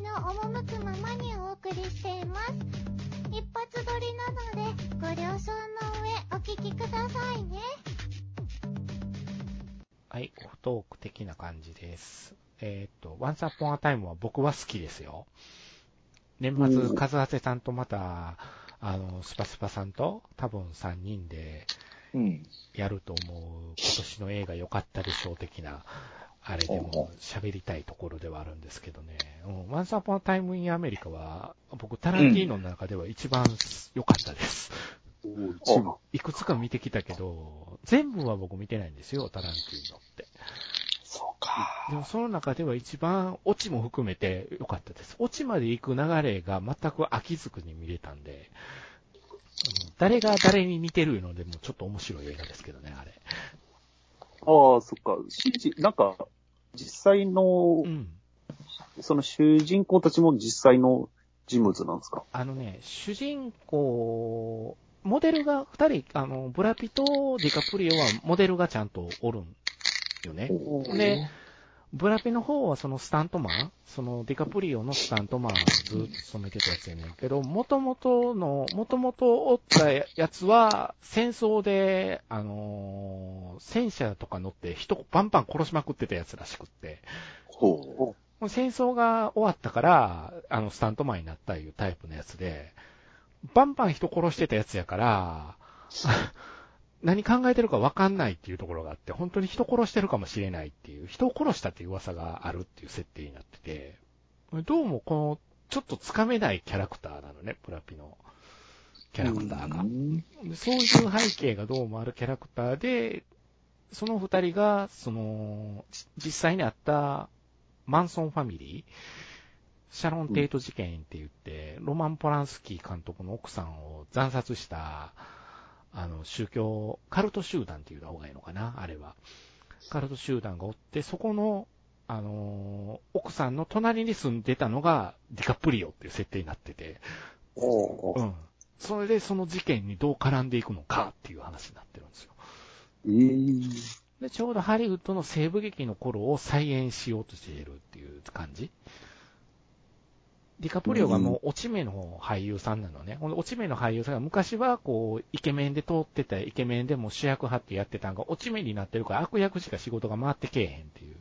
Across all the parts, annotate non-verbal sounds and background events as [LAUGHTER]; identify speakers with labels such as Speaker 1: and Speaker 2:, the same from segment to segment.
Speaker 1: の赴くままにお送りしています。一発撮りなので、ご了承の上、お聞きくださいね。
Speaker 2: はい、オフトーク的な感じです。えーっと、ワンサポンアタイムは僕は好きですよ。年
Speaker 3: う
Speaker 2: 末、
Speaker 3: ん
Speaker 2: カズハセさんとまた、あの、スパスパさんと多分3人で
Speaker 3: うん。
Speaker 2: やると思う、今年の映画良かったでしょう的な、あれで
Speaker 3: ほう
Speaker 2: も喋りたいところではあるんですけどね。うん、ワンサポンアタイムインアメリカは、僕、タランティーノの中では一番良かったです。
Speaker 3: お
Speaker 2: いくつか見てきたけど、全部は僕見てないんですよ、タランティーノって。
Speaker 3: そうか。
Speaker 2: でもその中では一番オチも含めて良かったです。オチまで行く流れが全く飽きずに見れたんで、うん誰が誰に似てるのでもちょっと面白い映画ですけどね、あれ。
Speaker 3: ああ、そっか。しじなんか、実際の
Speaker 2: う、ん。
Speaker 3: その主人公たちも実際の人物なんですか
Speaker 2: あのね、主人公、モデルが二人、あの、ブラピとディカプリオはモデルがちゃんとおるんよね。ね、ブラピの方はそのスタントマンそのディカプリオのスタントマンずっと勤めてたやつやねんけど、元々の、元々おったやつは戦争で、あのー戦車とか乗って人バンバン殺しまくってたやつらしくって、
Speaker 3: ほ
Speaker 2: もう戦争が終わったから、あの、スタントマンになったいうタイプのやつで、バンバン人殺してたやつやから、何考えてるか分かんないっていうところがあって、本当に人殺してるかもしれないっていう、人を殺したっていう噂があるっていう設定になってて、どうもこの、ちょっとつかめないキャラクターなのね、プラピのキャラクターが。
Speaker 3: うん
Speaker 2: でそういう背景がどうもあるキャラクターで、その二人が、その、じ実際にあったマンソンファミリー、シャロン・テイト事件って言って、ロマン・ポランスキー監督の奥さんを惨殺した、あの、宗教、カルト集団っていう方がいいのかな、あれは。カルト集団がおって、そこの、あのー奥さんの隣に住んでたのがディカプリオっていう設定になってて、う
Speaker 3: お
Speaker 2: ん。それでその事件にどう絡んでいくのかっていう話になってるんですよ。
Speaker 3: えー
Speaker 2: で、ちょうどハリウッドの西部劇の頃を再演しようとしているっていう感じ。ディカプリオがもう落ち目の俳優さんなのね。ほんで落ち目の俳優さんが昔はこう、イケメンで通ってたイケメンでも主役張ってやってたんが、落ち目になってるから悪役しか仕事が回ってけえへんっていう。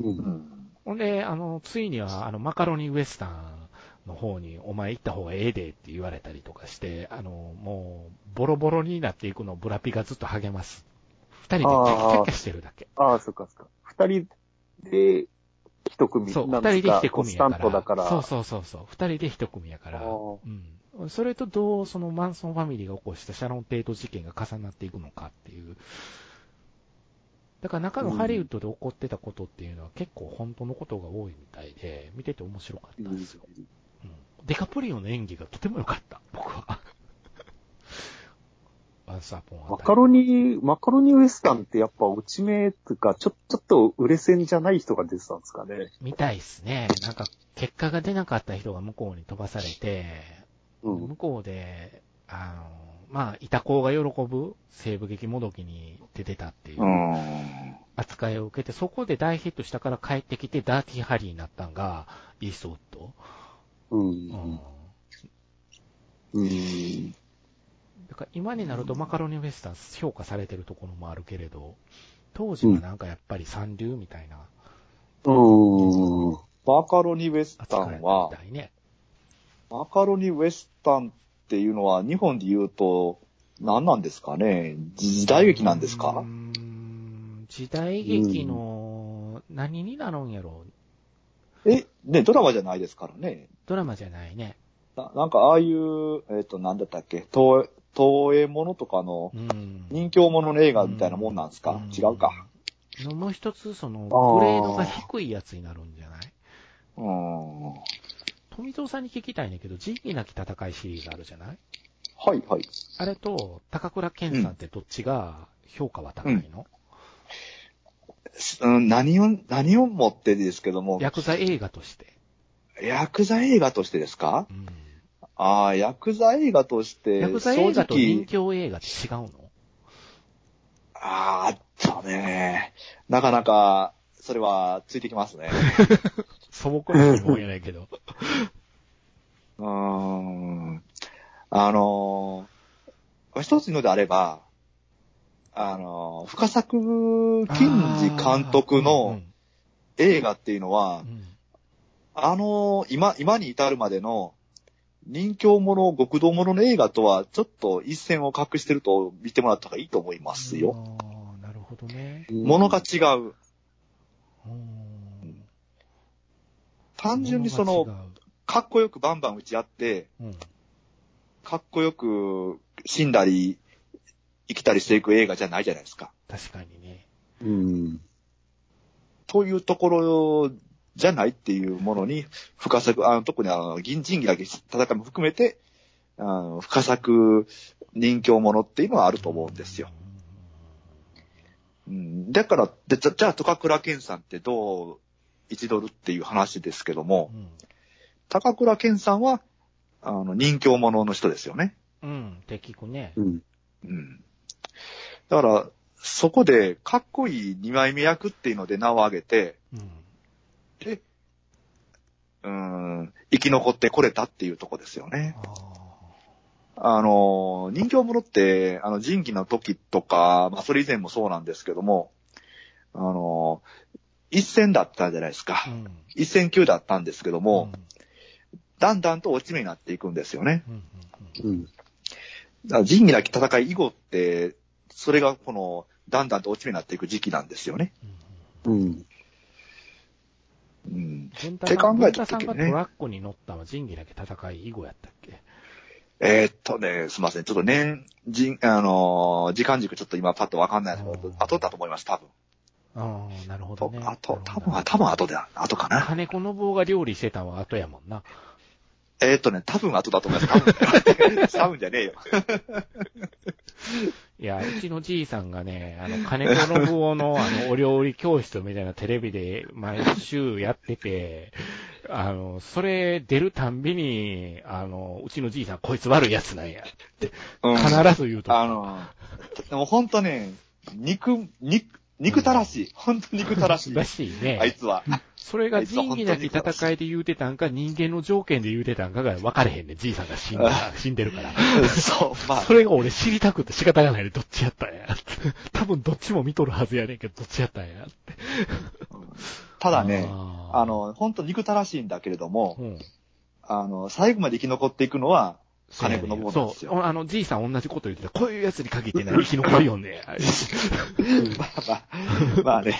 Speaker 3: うん。
Speaker 2: ほんで、あの、ついには、あの、マカロニウエスタンの方に、お前行った方がええでって言われたりとかして、あの、もう、ボロボロになっていくのをブラピがずっと励ます。二人でキャッキャッキャしてるだけ。
Speaker 3: ああ、そっかそっか。二人で一組
Speaker 2: そう、二
Speaker 3: なん
Speaker 2: 人
Speaker 3: です
Speaker 2: で
Speaker 3: か
Speaker 2: 一組
Speaker 3: ス
Speaker 2: や
Speaker 3: タ
Speaker 2: から。
Speaker 3: ントだから。
Speaker 2: そうそうそうそう、二人で一組やから。
Speaker 3: あー
Speaker 2: うん。それとどう、そのマンソンファミリーが起こしたシャロン・テイト事件が重なっていくのかっていう。だから中のハリウッドで起こってたことっていうのは結構本当のことが多いみたいで、見てて面白かったんですよ。うんデカプリオの演技がとても良かった、僕は。 [LAUGHS] ワンスアポン
Speaker 3: マカロニ、マカロニウエスタンってやっぱ落ち目とか、ちょ、ちょっと売れ線じゃない人が出てたんですかね。
Speaker 2: みたいですね。なんか、結果が出なかった人が向こうに飛ばされて、
Speaker 3: うん。
Speaker 2: 向こうで、あの、まあ、いた子が喜ぶ西部劇もどきに出てたっていう。
Speaker 3: ん。
Speaker 2: 扱いを受けて、そこで大ヒットしたから帰ってきて、ダーティーハリーになったんが、イーストウッド。
Speaker 3: う
Speaker 2: うん
Speaker 3: ん。。うん。
Speaker 2: だから今になるとマカロニフェスタ評価されてるところもあるけれど、当時はなんかやっぱり三流みたいな
Speaker 3: うん。
Speaker 4: マカロニウエスタ
Speaker 2: 扱い
Speaker 4: ン
Speaker 2: み
Speaker 4: は、
Speaker 2: たいね。
Speaker 4: マカロニウエスタンっていうのは日本で言うと何なんですかね時代劇なんです
Speaker 2: うー
Speaker 4: か
Speaker 2: ん時代劇の何になるんやろう。
Speaker 4: え、ね、ドラマじゃないですからね。
Speaker 2: ドラマじゃないね。
Speaker 4: ななんかああいう、えっ、と、なんだったっけ東映、東映ものとかの
Speaker 2: うん。
Speaker 4: 人形ものの映画みたいなもんなんですか、
Speaker 2: うん
Speaker 4: 違うか。。
Speaker 2: のもう一つ、その、
Speaker 3: あー
Speaker 2: グレードが低いやつになるんじゃないう
Speaker 4: ーん。は
Speaker 2: 富蔵さんに聞きたいねんだけど、仁義なき戦いシリーズあるじゃない
Speaker 4: いはい。
Speaker 2: あれと、高倉健さんってどっちが評価は高いの、
Speaker 4: すうん、何を、何をもってですけども、
Speaker 2: ヤクザ映画として。
Speaker 4: ヤクザ映画としてですか
Speaker 2: うん
Speaker 4: ああ、ヤクザ映画として、
Speaker 2: ヤクザ映画と人形映画って違うの
Speaker 4: あーあったね。なかなか、それはついてきますね。
Speaker 2: 素朴な疑問やないけど。
Speaker 4: うーん。あのー一つ言うのであれば、あのー深作金次監督の映画っていうのは
Speaker 2: うん、うん、
Speaker 4: あのー今、今に至るまでの、人形もの、極道ものの映画とは、ちょっと一線を隠してると見てもらった方がいいと思いますよ。
Speaker 2: あーなるほどね。
Speaker 4: ものが違う。
Speaker 2: うん
Speaker 4: 単純にその、、かっこよくバンバン打ち合って、
Speaker 2: うん、
Speaker 4: かっこよく死んだり、生きたりしていく映画じゃないじゃないですか。
Speaker 2: 確かにね。
Speaker 3: うん。
Speaker 4: というところじゃないっていうものに、深作、あの特にあの、銀人儀だけ戦いも含めて、あの深作人形ものっていうのはあると思うんですよ。うん、だから、でじゃじゃあ、高倉健さんってどう1ドルっていう話ですけども
Speaker 2: う、ん。
Speaker 4: 高倉健さんは、あの、人形者の人ですよね。
Speaker 2: うん、って聞くね。
Speaker 3: うん。
Speaker 4: うん。だから、そこで、かっこいい二枚目役っていうので名を挙げて、
Speaker 2: うん。
Speaker 4: で、うーん、生き残ってこれたっていうとこですよね。
Speaker 2: あ
Speaker 4: あの、人形者って、あの、仁義の時とか、まあ、それ以前もそうなんですけども、あの、一戦だったじゃないですか
Speaker 2: あ。。うん。
Speaker 4: 一戦級だったんですけども、
Speaker 2: うん
Speaker 4: だんだんと落ち目になっていくんですよね。
Speaker 2: うんうん
Speaker 3: うん。
Speaker 4: だから仁義なき戦い以後って、それがこの、だんだんと落ち目になっていく時期なんですよね。
Speaker 2: うん
Speaker 3: うん。
Speaker 4: うん。
Speaker 2: 文太さ
Speaker 4: っ
Speaker 2: ん
Speaker 4: て考え
Speaker 2: 文太
Speaker 4: た
Speaker 2: さ
Speaker 4: 時
Speaker 2: ん
Speaker 4: にね
Speaker 2: がトラックに乗ったのは仁義だけ戦い以後やったっけ
Speaker 4: えーっとね、すいません。ちょっと年、人、あのー時間軸ちょっと今パッとわかんないですけ
Speaker 2: う
Speaker 4: ど
Speaker 2: ん、
Speaker 4: 後だと思います、多分。
Speaker 2: ああ、なるほど
Speaker 4: と
Speaker 2: ね。
Speaker 4: あと、
Speaker 2: な
Speaker 4: 多
Speaker 2: るほ
Speaker 4: 分、
Speaker 2: ど
Speaker 4: あ多分後で、後かな。
Speaker 2: 金子の棒が料理してたのは後やもんな。
Speaker 4: えーっとね、多分後だと思います。多分。 [LAUGHS] 多分じゃねえよ。
Speaker 2: いや、うちのじいさんがね、あの、金子の棒の、あの、お料理教室みたいなテレビで毎週やってて、あの、それ出るたんびに、あの、うちのじいさん、こいつ悪いやつなんや。
Speaker 4: うん
Speaker 2: 必ず言うと。
Speaker 4: あのー、でもほんとね、肉、肉、肉たらし。ほんと肉たらし。
Speaker 2: らしいね。
Speaker 4: あいつは。
Speaker 2: それが仁義なき戦いで言うてたんか、人間の条件で言うてたんかが分かれへんねん。じいさんが死んだら死んでる
Speaker 4: [LAUGHS]
Speaker 2: から。
Speaker 4: そう、まあ
Speaker 2: そ、れが俺知りたくて仕方がないで、どっちやったんや。多分どっちも見とるはずやねんけど、どっちやったんや。
Speaker 4: ただね、
Speaker 2: あー
Speaker 4: あ、の、ほんと憎たらしいんだけれども
Speaker 2: う、ん、
Speaker 4: あの、最後まで生き残っていくのは、金子のもなん
Speaker 2: そ
Speaker 4: です
Speaker 2: う、
Speaker 4: よ。
Speaker 2: おあの、じいさん同じこと言ってた。こういうやつに限ってね、生き残るよ
Speaker 4: [LAUGHS]
Speaker 2: ね。
Speaker 4: まあまあ、まあね。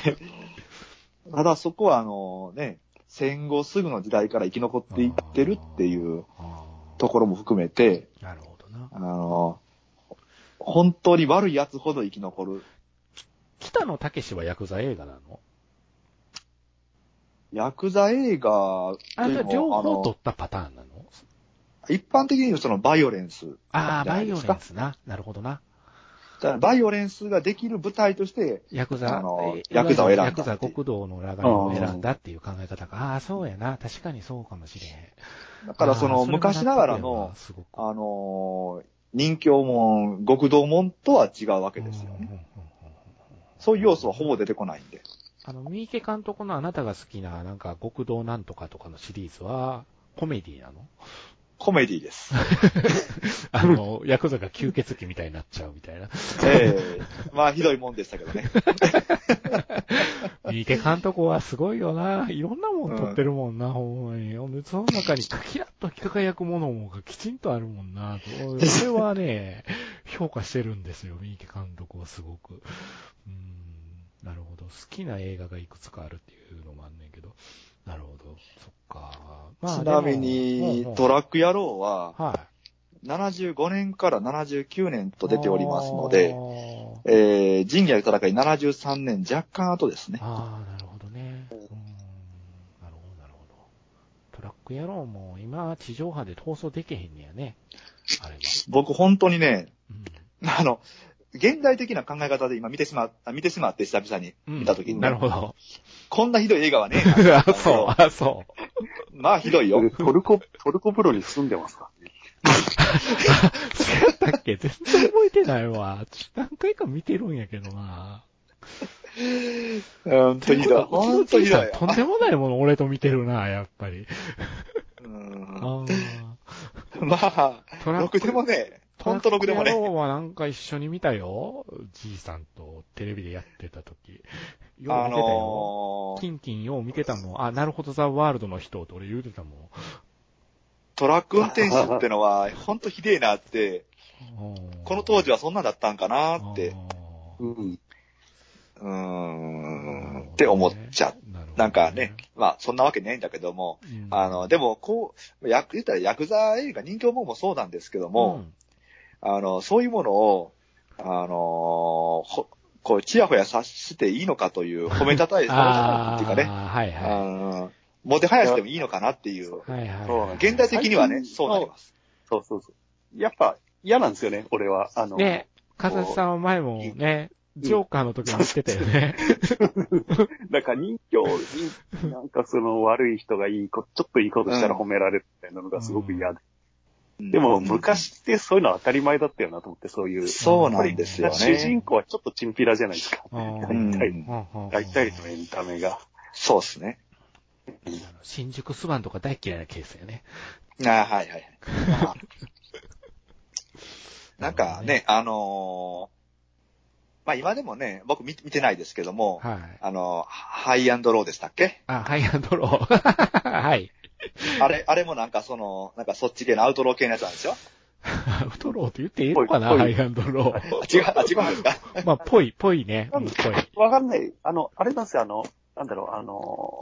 Speaker 4: ただそこはあのね、戦後すぐの時代から生き残っていってるっていう
Speaker 2: あ
Speaker 4: ところも含めて、
Speaker 2: ーなるほどな。
Speaker 4: あの、本当に悪い奴ほど生き残る。
Speaker 2: 北野武はヤクザ映画なの
Speaker 4: ヤクザ映画
Speaker 2: あ
Speaker 4: とい
Speaker 2: れ
Speaker 4: うの
Speaker 2: 両
Speaker 4: も
Speaker 2: 方
Speaker 4: あ
Speaker 2: 取
Speaker 4: の、
Speaker 2: ったパターンなの
Speaker 4: 一般的に言うそのバイオレンス。
Speaker 2: ああ、
Speaker 4: じゃな
Speaker 2: バ
Speaker 4: い
Speaker 2: イ
Speaker 4: で
Speaker 2: オ
Speaker 4: す
Speaker 2: レ
Speaker 4: か
Speaker 2: ンスな。なるほどな。
Speaker 4: だからバイオレンスができる舞台として、
Speaker 2: ヤクザ、
Speaker 4: あの
Speaker 2: え
Speaker 4: ヤクザを選んだ
Speaker 2: ヤクザ国道の裏側を選んだっていう考え方が、ああー、そうやな。確かにそうかもしれへん。
Speaker 4: だからそ
Speaker 2: あー
Speaker 4: の
Speaker 2: れも
Speaker 4: 昔なが
Speaker 2: 納
Speaker 4: ら
Speaker 2: 得や
Speaker 4: の
Speaker 2: わ、すごく
Speaker 4: あのー、人形門、極道門とは違うわけですよ
Speaker 2: うんう
Speaker 4: ね。
Speaker 2: んうんうん
Speaker 4: そういう要素はほぼ出てこないんで。
Speaker 2: あの、三池監督のあなたが好きな、なんか、極道なんとかとかのシリーズは、コメディなの
Speaker 4: コメディです。
Speaker 2: あの、ヤクザが吸血鬼みたいになっちゃうみたいな。
Speaker 4: ええ [LAUGHS] まあ、ひどいもんでしたけどね。
Speaker 2: 三池監督はすごいよな。いろんなもん撮ってるもんな、ほんまに。ほんでその中にキラッと輝くものがきちんとあるもん
Speaker 4: [LAUGHS]
Speaker 2: な。これはね、評価してるんですよ、三池監督はすごく。うん、なるほど。好きな映画がいくつかあるっていうのもあんねんけど。なるほど。そっか。 [LAUGHS] まあ、
Speaker 4: ちなみに、ト
Speaker 2: ラ
Speaker 4: ラック野郎は、
Speaker 2: は
Speaker 4: 75年から79年
Speaker 2: い。
Speaker 4: と出ておりますので、えー、人魚の戦い73年若干後ですね。
Speaker 2: ああ、なるほどね。うーん、なるほど、なるほど。トラック野郎も今、地上波で逃走できへんねやね。あれは。
Speaker 4: 僕、本当にね、
Speaker 2: う
Speaker 4: あの、現代的な考え方で今見てしまっ、あ見てしまって久々に
Speaker 2: ん。
Speaker 4: 見たときに、
Speaker 2: なるほど。、
Speaker 4: こんなひどい映画はね
Speaker 2: [LAUGHS] あ、そう、あ、そう。
Speaker 4: まあ、ひどいよ。
Speaker 3: トルコ、トルコ風呂に住んでますか
Speaker 2: 違ったっけ全然覚えてないわ。何回か見てるんやけどな。
Speaker 4: 本当ひ
Speaker 2: [LAUGHS]
Speaker 4: どい。本当
Speaker 2: うちのじい
Speaker 4: ひど
Speaker 2: さ
Speaker 4: い
Speaker 2: ん。とんでもないもの俺と見てるな、やっぱり。
Speaker 4: うん
Speaker 2: あ
Speaker 4: まあ、
Speaker 2: ート
Speaker 4: ろくでもね、ほんとろくでも
Speaker 2: トラック野
Speaker 4: ね。
Speaker 2: 郎はなんか一緒に見たよ。じいさんとテレビでやってた時。よう見てたよ。
Speaker 4: あのー
Speaker 2: キンキンよう見てたもん。あ、なるほど、ザ・ワールドの人と俺言うてたもん。
Speaker 4: トラック運転手ってのは、ほんとひでえなって、この当時
Speaker 2: は
Speaker 4: はそんなんだったんかなって、
Speaker 3: うん。
Speaker 4: うーん、って思っちゃう。なんかね、まあ、そんなわけねえんだけども、あの、で
Speaker 2: も
Speaker 4: も、こう、や言ったらヤクザ映画、人形ももそうなんですけども、あの、そういうものを、あのーほ、こう、ちやほやさせていいのかという、褒めたたえ、褒めたたえっていう
Speaker 3: [LAUGHS]
Speaker 4: かね、
Speaker 2: はいはい。は
Speaker 4: うんもてはやしてもいいのかなっていう。
Speaker 2: いはい
Speaker 4: そう
Speaker 2: はい。
Speaker 4: 現代的にはね、
Speaker 3: 最近
Speaker 4: そうなります。
Speaker 3: そうそうそう。やっぱ嫌なんですよね、俺は。あの、
Speaker 2: ね、かさしさんは前もね、ジョーカーの時に言ってたよね。
Speaker 3: なんか人形に、なんかその悪い人がいいこ、ちょっといいことしたら褒められるみたいなのがすごく嫌で。でも昔ってそういうのは当たり前だったよなと思って、そういう。
Speaker 4: そうなんですよね。
Speaker 3: 主人公はちょっとチンピラじゃないですか。
Speaker 2: うん
Speaker 3: 大
Speaker 4: う
Speaker 3: 体
Speaker 4: ん、
Speaker 3: 大体のエンタメが。
Speaker 4: そうですね。
Speaker 2: 新宿スワンとか大嫌いなケースよね。
Speaker 4: あーはいはいはい。あーなんかね、あのーまあ今でもね、僕見見てないですけども、
Speaker 2: はい。
Speaker 4: あのーハイアンドローでしたっけ
Speaker 2: あ、ハイアンドロー。 [LAUGHS] はい。
Speaker 4: あれ、あれもなんかその、なんかそっち系のアウトロー系のやつなんですよ。
Speaker 2: アウトローって言っていいのかな、ハイアンドロ
Speaker 4: あ
Speaker 2: ー。
Speaker 4: 違う、あ違うんですか。
Speaker 2: まあ、ぽい、ぽいね。ぽい。
Speaker 3: わかんない。あの、あれなんですよ、あの、なんだろう、あの、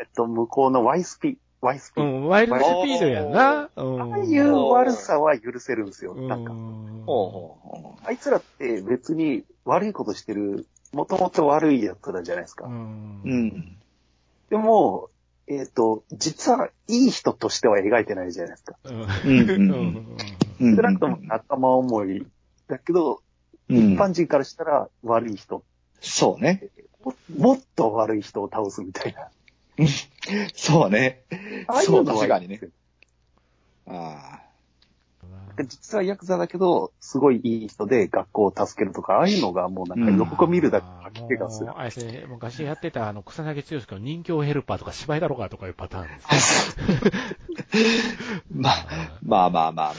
Speaker 3: えっと、向こうの YSP、
Speaker 2: う
Speaker 3: YSP。
Speaker 2: ん、ワイルドスピードやな。うん。
Speaker 3: ああいう悪さは許せるんですよ。なんか、
Speaker 4: ほう
Speaker 2: う
Speaker 4: ほうほう
Speaker 3: あいつらって別に悪いことしてる、もともと悪いやつらじゃないですか。
Speaker 2: ん。
Speaker 4: う。ん。
Speaker 3: でも、えっ、と、実はいい人としては描いてないじゃないですか。
Speaker 2: う
Speaker 4: うん。うんん。うん。
Speaker 3: 少なくとも頭思いだけど、
Speaker 4: うん、
Speaker 3: 一般人からしたら悪い人。
Speaker 4: そうね。
Speaker 3: ももっと悪い人を倒すみたいな。
Speaker 4: そうね。
Speaker 3: ああい
Speaker 4: そうう、
Speaker 3: のは
Speaker 4: 確かにね。あ
Speaker 3: 実はヤクザだけど、すごいいい人で学校を助けるとか、ああいうのがもうなんか
Speaker 4: うん
Speaker 3: 横を見るだけ吐き気がする
Speaker 2: もう。あれですね、昔やってたあの、草薙剛の人形ヘルパーとか芝居だろうかとかいうパターンです。
Speaker 4: あ。まあ、まあまあまあま
Speaker 2: な
Speaker 4: あ。
Speaker 2: る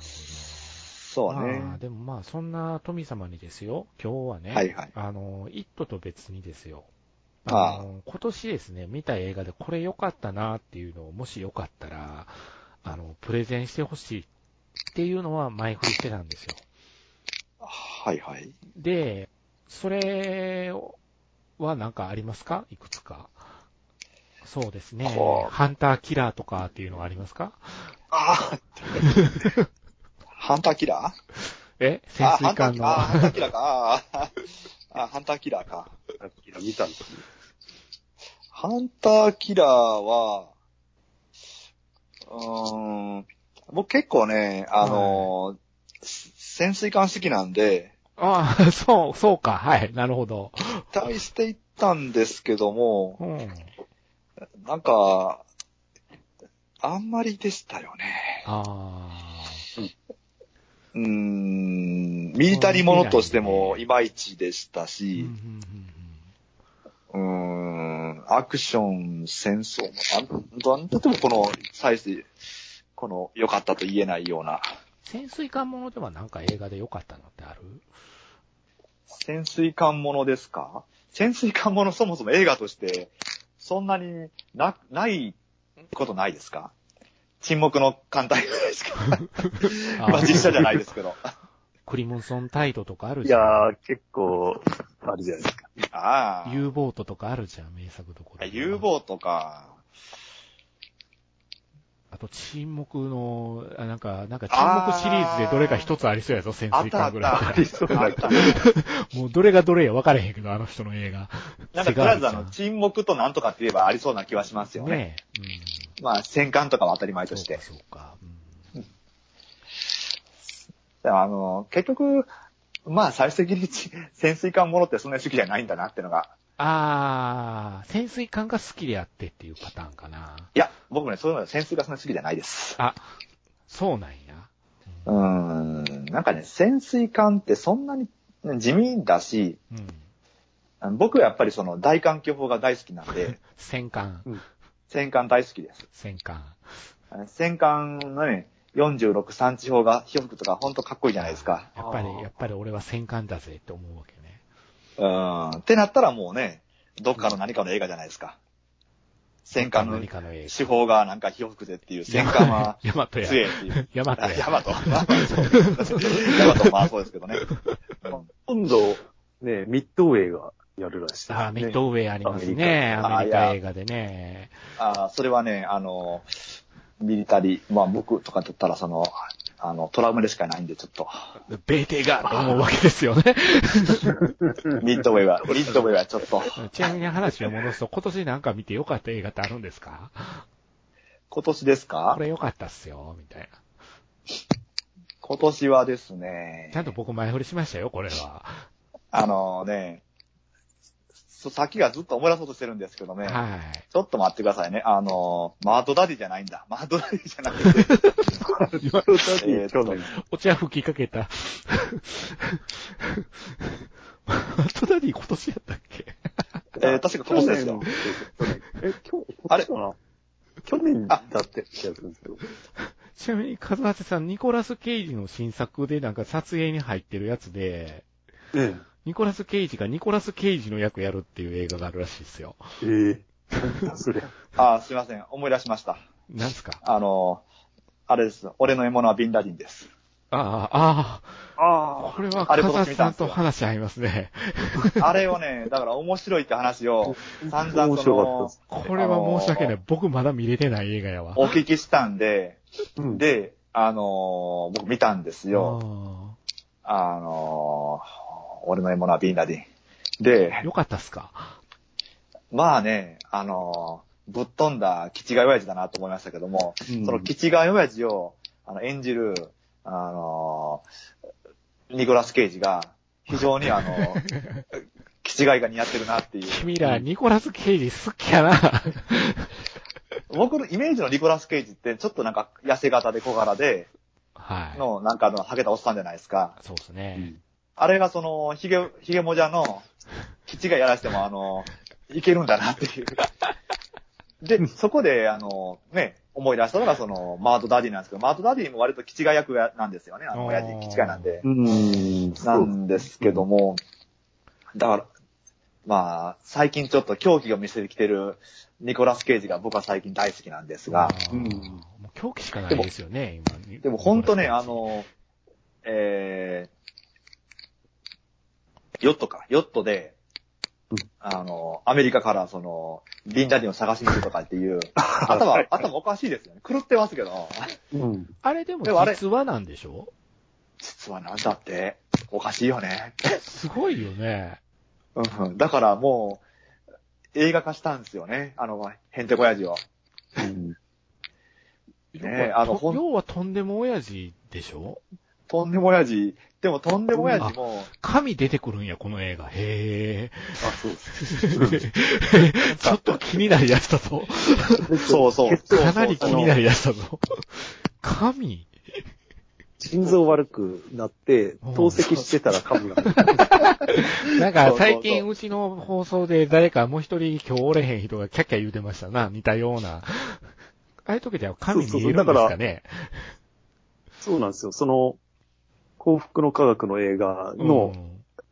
Speaker 4: そ
Speaker 2: ほど。
Speaker 4: うね
Speaker 2: まあ、。でもまあ、そんな富様にですよ、今日はね、
Speaker 4: はいはい。
Speaker 2: あの、イットと別にですよ。
Speaker 4: ああ
Speaker 2: の今年ですね、見た映画でこれ良かったなっていうのを、もし良かったら、あの、プレゼンしてほしいっていうのは前振りしてたんですよ。
Speaker 4: はいはい。
Speaker 2: で、それはなんかありますかいくつか。そうですね
Speaker 4: こ。う
Speaker 2: ハンターキラーとかっていうのはありますか
Speaker 4: ああハンターキラー
Speaker 2: え潜
Speaker 4: あ、ハ
Speaker 2: 水
Speaker 4: ンタ
Speaker 2: 艦
Speaker 4: ー
Speaker 2: の。
Speaker 4: あハンターキラーか。あーあ、ハンターキラーか。
Speaker 3: 見たんです
Speaker 4: ハンターキラーは、うーん、僕結構ね、あの、潜水艦好きなんで、
Speaker 2: ああ、そう、そうか。はい。なるほど。
Speaker 4: 期待していったんですけども、
Speaker 2: うん。
Speaker 4: なんか、あんまりでしたよね。
Speaker 2: ああ。
Speaker 4: うーん、ミリタリーものとしてもいまいちでし
Speaker 2: う
Speaker 4: た
Speaker 2: んう
Speaker 4: し
Speaker 2: ん、
Speaker 4: うーん、アクション、戦争も、なんなんとてもこのサイズ、この良かったと言えないような、
Speaker 2: 潜水艦ものではなんか映画で良かったのってある
Speaker 4: 潜水艦ものですか潜水艦ものそもそも映画として、そんなにな、ないことないですか沈黙の艦隊ぐらいですか [LAUGHS] まあ実写じゃないですけ [LAUGHS] ど。
Speaker 2: [LAUGHS] クリムソンタイドとかある
Speaker 3: い
Speaker 2: じゃん。
Speaker 3: やー、結構、あるじゃないですか。
Speaker 4: ああ。
Speaker 2: U ボートとかあるじゃん、名作どころ。
Speaker 4: U ボートか。
Speaker 2: あと、沈黙の、あなんか、なんか沈黙シリーズでどれか一つありそうやぞ、潜
Speaker 4: あっ
Speaker 2: 水
Speaker 4: た
Speaker 2: 艦
Speaker 4: あっ
Speaker 2: ぐ
Speaker 4: た。
Speaker 2: ら
Speaker 4: あ
Speaker 2: い。
Speaker 4: った。
Speaker 2: [LAUGHS] もうどれがどれや分かれへんけど、あの人の映画。
Speaker 4: なんかとりあえずあの、沈黙となんとかって言えばありそうな気はしますよね。
Speaker 2: ねえ。うん。
Speaker 4: まあ、戦艦とかは当たり前として。
Speaker 2: そうか、そうか。うん
Speaker 4: あの、結局、まあ、最終的に [LAUGHS] ち潜水艦ものってそんなに好きじゃないんだなってのが。
Speaker 2: あー、潜水艦が好きであってっていうパターンかな。
Speaker 4: いや、僕ね、そういうの潜水艦そんなに好きじゃないです。
Speaker 2: あ、そうなんや。
Speaker 4: うーん。なんかね、潜水艦ってそんなに地味だし、
Speaker 2: うん。
Speaker 4: あの僕はやっぱりその大環境法が大好きなんで、
Speaker 2: 戦艦、
Speaker 4: 戦艦大好きです。
Speaker 2: 戦艦。
Speaker 4: あの戦艦のね、46産地法が、広くとかほんとかっこいいじゃないですか。
Speaker 2: やっぱり
Speaker 5: あ、ー
Speaker 2: やっぱり俺は戦艦だぜって思うわけね。
Speaker 4: うん。ってなったらもうね、どっかの何かの映画じゃないですか。戦艦の
Speaker 2: 何かの映
Speaker 4: 手法がなんか広くてっていう、戦艦は
Speaker 2: [LAUGHS] ヤマトや。
Speaker 4: 強いっていう。
Speaker 2: ヤマト
Speaker 4: あヤ
Speaker 2: や。
Speaker 4: マト。 [LAUGHS] まあそうヤマト、まあそうですけどね。うん
Speaker 3: 今度、ね、ミッドウェイがやるらしい。
Speaker 2: あー、ミッドウェイありますね。
Speaker 4: ア
Speaker 2: ア
Speaker 4: メリカ
Speaker 2: メリ
Speaker 4: あーい
Speaker 2: カ
Speaker 4: や
Speaker 2: 映画でね。
Speaker 4: あーそれはね、あの、ミリタリー、まあ僕とかだったらその、あの、トラウマでしかないんで、ちょっと、
Speaker 2: 米帝がと思うわけですよね。
Speaker 4: ミッドウェイは、ミッドウェイはちょっと、
Speaker 2: [LAUGHS] ちなみに話を戻すと、今年なんか見て良かった映画ってあるんですか
Speaker 4: 今年ですか
Speaker 2: これ良かったっすよ、みたいな。
Speaker 4: 今年はですね、
Speaker 2: ちゃんと僕前振りしましたよ、これは。
Speaker 4: あのね、そ先がずっと思い出そうとしてるんですけどね、
Speaker 2: はい。
Speaker 4: ちょっと待ってくださいね。あの、マードダディじゃないんだ。マードダディじゃ
Speaker 2: [LAUGHS]
Speaker 4: なくて、
Speaker 3: 今の時
Speaker 4: えーっと
Speaker 3: 去年。
Speaker 2: お茶吹きかけた。 [LAUGHS] マットダディ今年やったっけ
Speaker 4: えー確か今年ですよ。
Speaker 3: 去年。え、今日、
Speaker 4: あれ
Speaker 3: 今年かな去年だってやつですけど。
Speaker 2: ちなみに、カズハセさん、ニコラス・ケイジの新作でなんか撮影に入ってるやつで、
Speaker 3: え
Speaker 2: ニコラス・ケイジがニコラス・ケイジの役やるっていう映画があるらしいですよ。
Speaker 3: え。ええ。なんだそれ。
Speaker 4: あー、すいません。思い出しました。
Speaker 2: なんすか
Speaker 4: あの、あれです。俺の獲物はビンラディンです。
Speaker 2: ああ、ああ、
Speaker 3: ああ。
Speaker 2: これは
Speaker 4: あ
Speaker 2: カ
Speaker 4: れ
Speaker 2: ズハ
Speaker 4: 今年
Speaker 2: セ
Speaker 4: 見た
Speaker 2: さん
Speaker 4: んですよ
Speaker 2: と話合いますね。
Speaker 4: あれをね、だから面白いって話を散々
Speaker 3: 面
Speaker 4: そ
Speaker 3: 白か
Speaker 4: の
Speaker 3: っ、
Speaker 2: これは申し訳な
Speaker 4: あ
Speaker 2: い。僕まだ見れてない映画やわ。
Speaker 4: お聞きしたんで、
Speaker 3: たです。で、
Speaker 4: で、あのー僕見たんですよ。あのー俺の獲物はビンラディン。
Speaker 2: あー
Speaker 4: で、
Speaker 2: よかったっすか
Speaker 4: まあね、あのーぶっ飛んだキチガイ親父だなと思いましたけども、
Speaker 2: うん
Speaker 4: そのキチガイ親父をあの演じる、あのーニコラス・ケイジが、非
Speaker 2: [LAUGHS]
Speaker 4: 常にあの、キチガイが似合ってるなっていう。
Speaker 2: 君ら、ニコラス・ケイジ好きやな。
Speaker 4: 僕のイメージのニコラス・ケイジって、ちょっとなんか痩せ型で小柄で、
Speaker 2: はい。
Speaker 4: の、なんかあの、ハゲたおっさんじゃないですか。
Speaker 2: そうですね。
Speaker 4: あれがその、ヒゲ、ヒゲもじゃの、基地がやらしても、あの、いけるんだなっていう。
Speaker 2: [LAUGHS]
Speaker 4: で、そこで、あの、ね、思い出したのがその、マートダディなんですけど、マートダディも割と基地が役やなんですよね。あの、
Speaker 2: あー
Speaker 4: 親父、基地がなんで。
Speaker 3: うん。
Speaker 4: な
Speaker 3: そう。
Speaker 4: んですけども、だから、まあ、最近ちょっと狂気が見せてきてるニコラス・ケイジが僕は最近大好きなんですが
Speaker 2: あ、ー
Speaker 3: うん
Speaker 2: もう狂気しかないですよね、今。
Speaker 4: でも本当ね、あ、の、えー、ヨットか、ヨットで
Speaker 3: うん、
Speaker 4: あの、アメリカからその、ビンダディンを探しに行くとかっていう、頭、頭おかしいですよね。狂ってますけど、
Speaker 3: うん。
Speaker 2: あれでも
Speaker 4: でもあれ
Speaker 2: 実話なんでしょ
Speaker 4: 実はなんだって、おかしいよね。
Speaker 2: すごいよね。
Speaker 4: うんうんだからもう、映画化したんですよね、あの、ヘンテコヤジを。
Speaker 3: うん
Speaker 4: ねえあの
Speaker 2: と
Speaker 4: ほん
Speaker 2: 要はとんでも親父でしょ
Speaker 4: とんでも親父、でもとんでも親父も、
Speaker 2: 神出てくるんや、この映画。
Speaker 4: [LAUGHS]
Speaker 2: へ
Speaker 3: あ、そうです。
Speaker 2: え。ちょっと気になりだしたぞ。
Speaker 4: そうそう。
Speaker 2: かなり気
Speaker 4: そうそう
Speaker 2: になりだしたぞ。神
Speaker 3: 心臓悪くなって、透析してたら噛むな。
Speaker 2: なん
Speaker 4: そう
Speaker 2: か
Speaker 4: そう
Speaker 2: 最近うちの放送で誰かもう一人今日おれへん人がキャッキャ言うてましたな、似た
Speaker 4: [LAUGHS]
Speaker 2: ような。ああいう時では神見えるんですかね
Speaker 3: [LAUGHS] そうなんですよ。その、幸福の科学の映画の、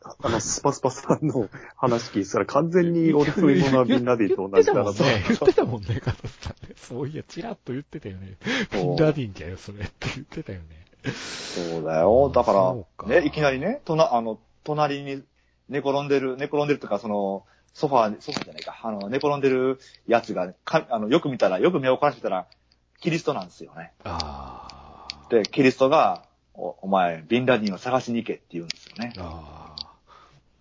Speaker 3: あの、スパスパさんの話聞いてたら完全に俺の今はみんなでと同じだな
Speaker 2: 言
Speaker 3: と
Speaker 2: っ。てたもんね。言ってたもんね、カズさんね。そういや、チラッと言ってたよね。ビンダディンじゃよ、それって言ってたよね。
Speaker 4: そうだよ。だ
Speaker 2: そ
Speaker 4: か、
Speaker 2: うから
Speaker 4: ね、いきなりね、とな、あの、隣に寝転んでる、寝転んでるとか、その、ソファー、ソファーじゃないか、あの、寝転んでるやつが、かあの、よく見たら、よく目を凝らしてたら、キリストなんですよね。
Speaker 2: あー
Speaker 4: で、キリストが、おお前、ビンラディンを探しに行けって言うんですよ
Speaker 2: [LAUGHS]
Speaker 4: ね。
Speaker 2: あ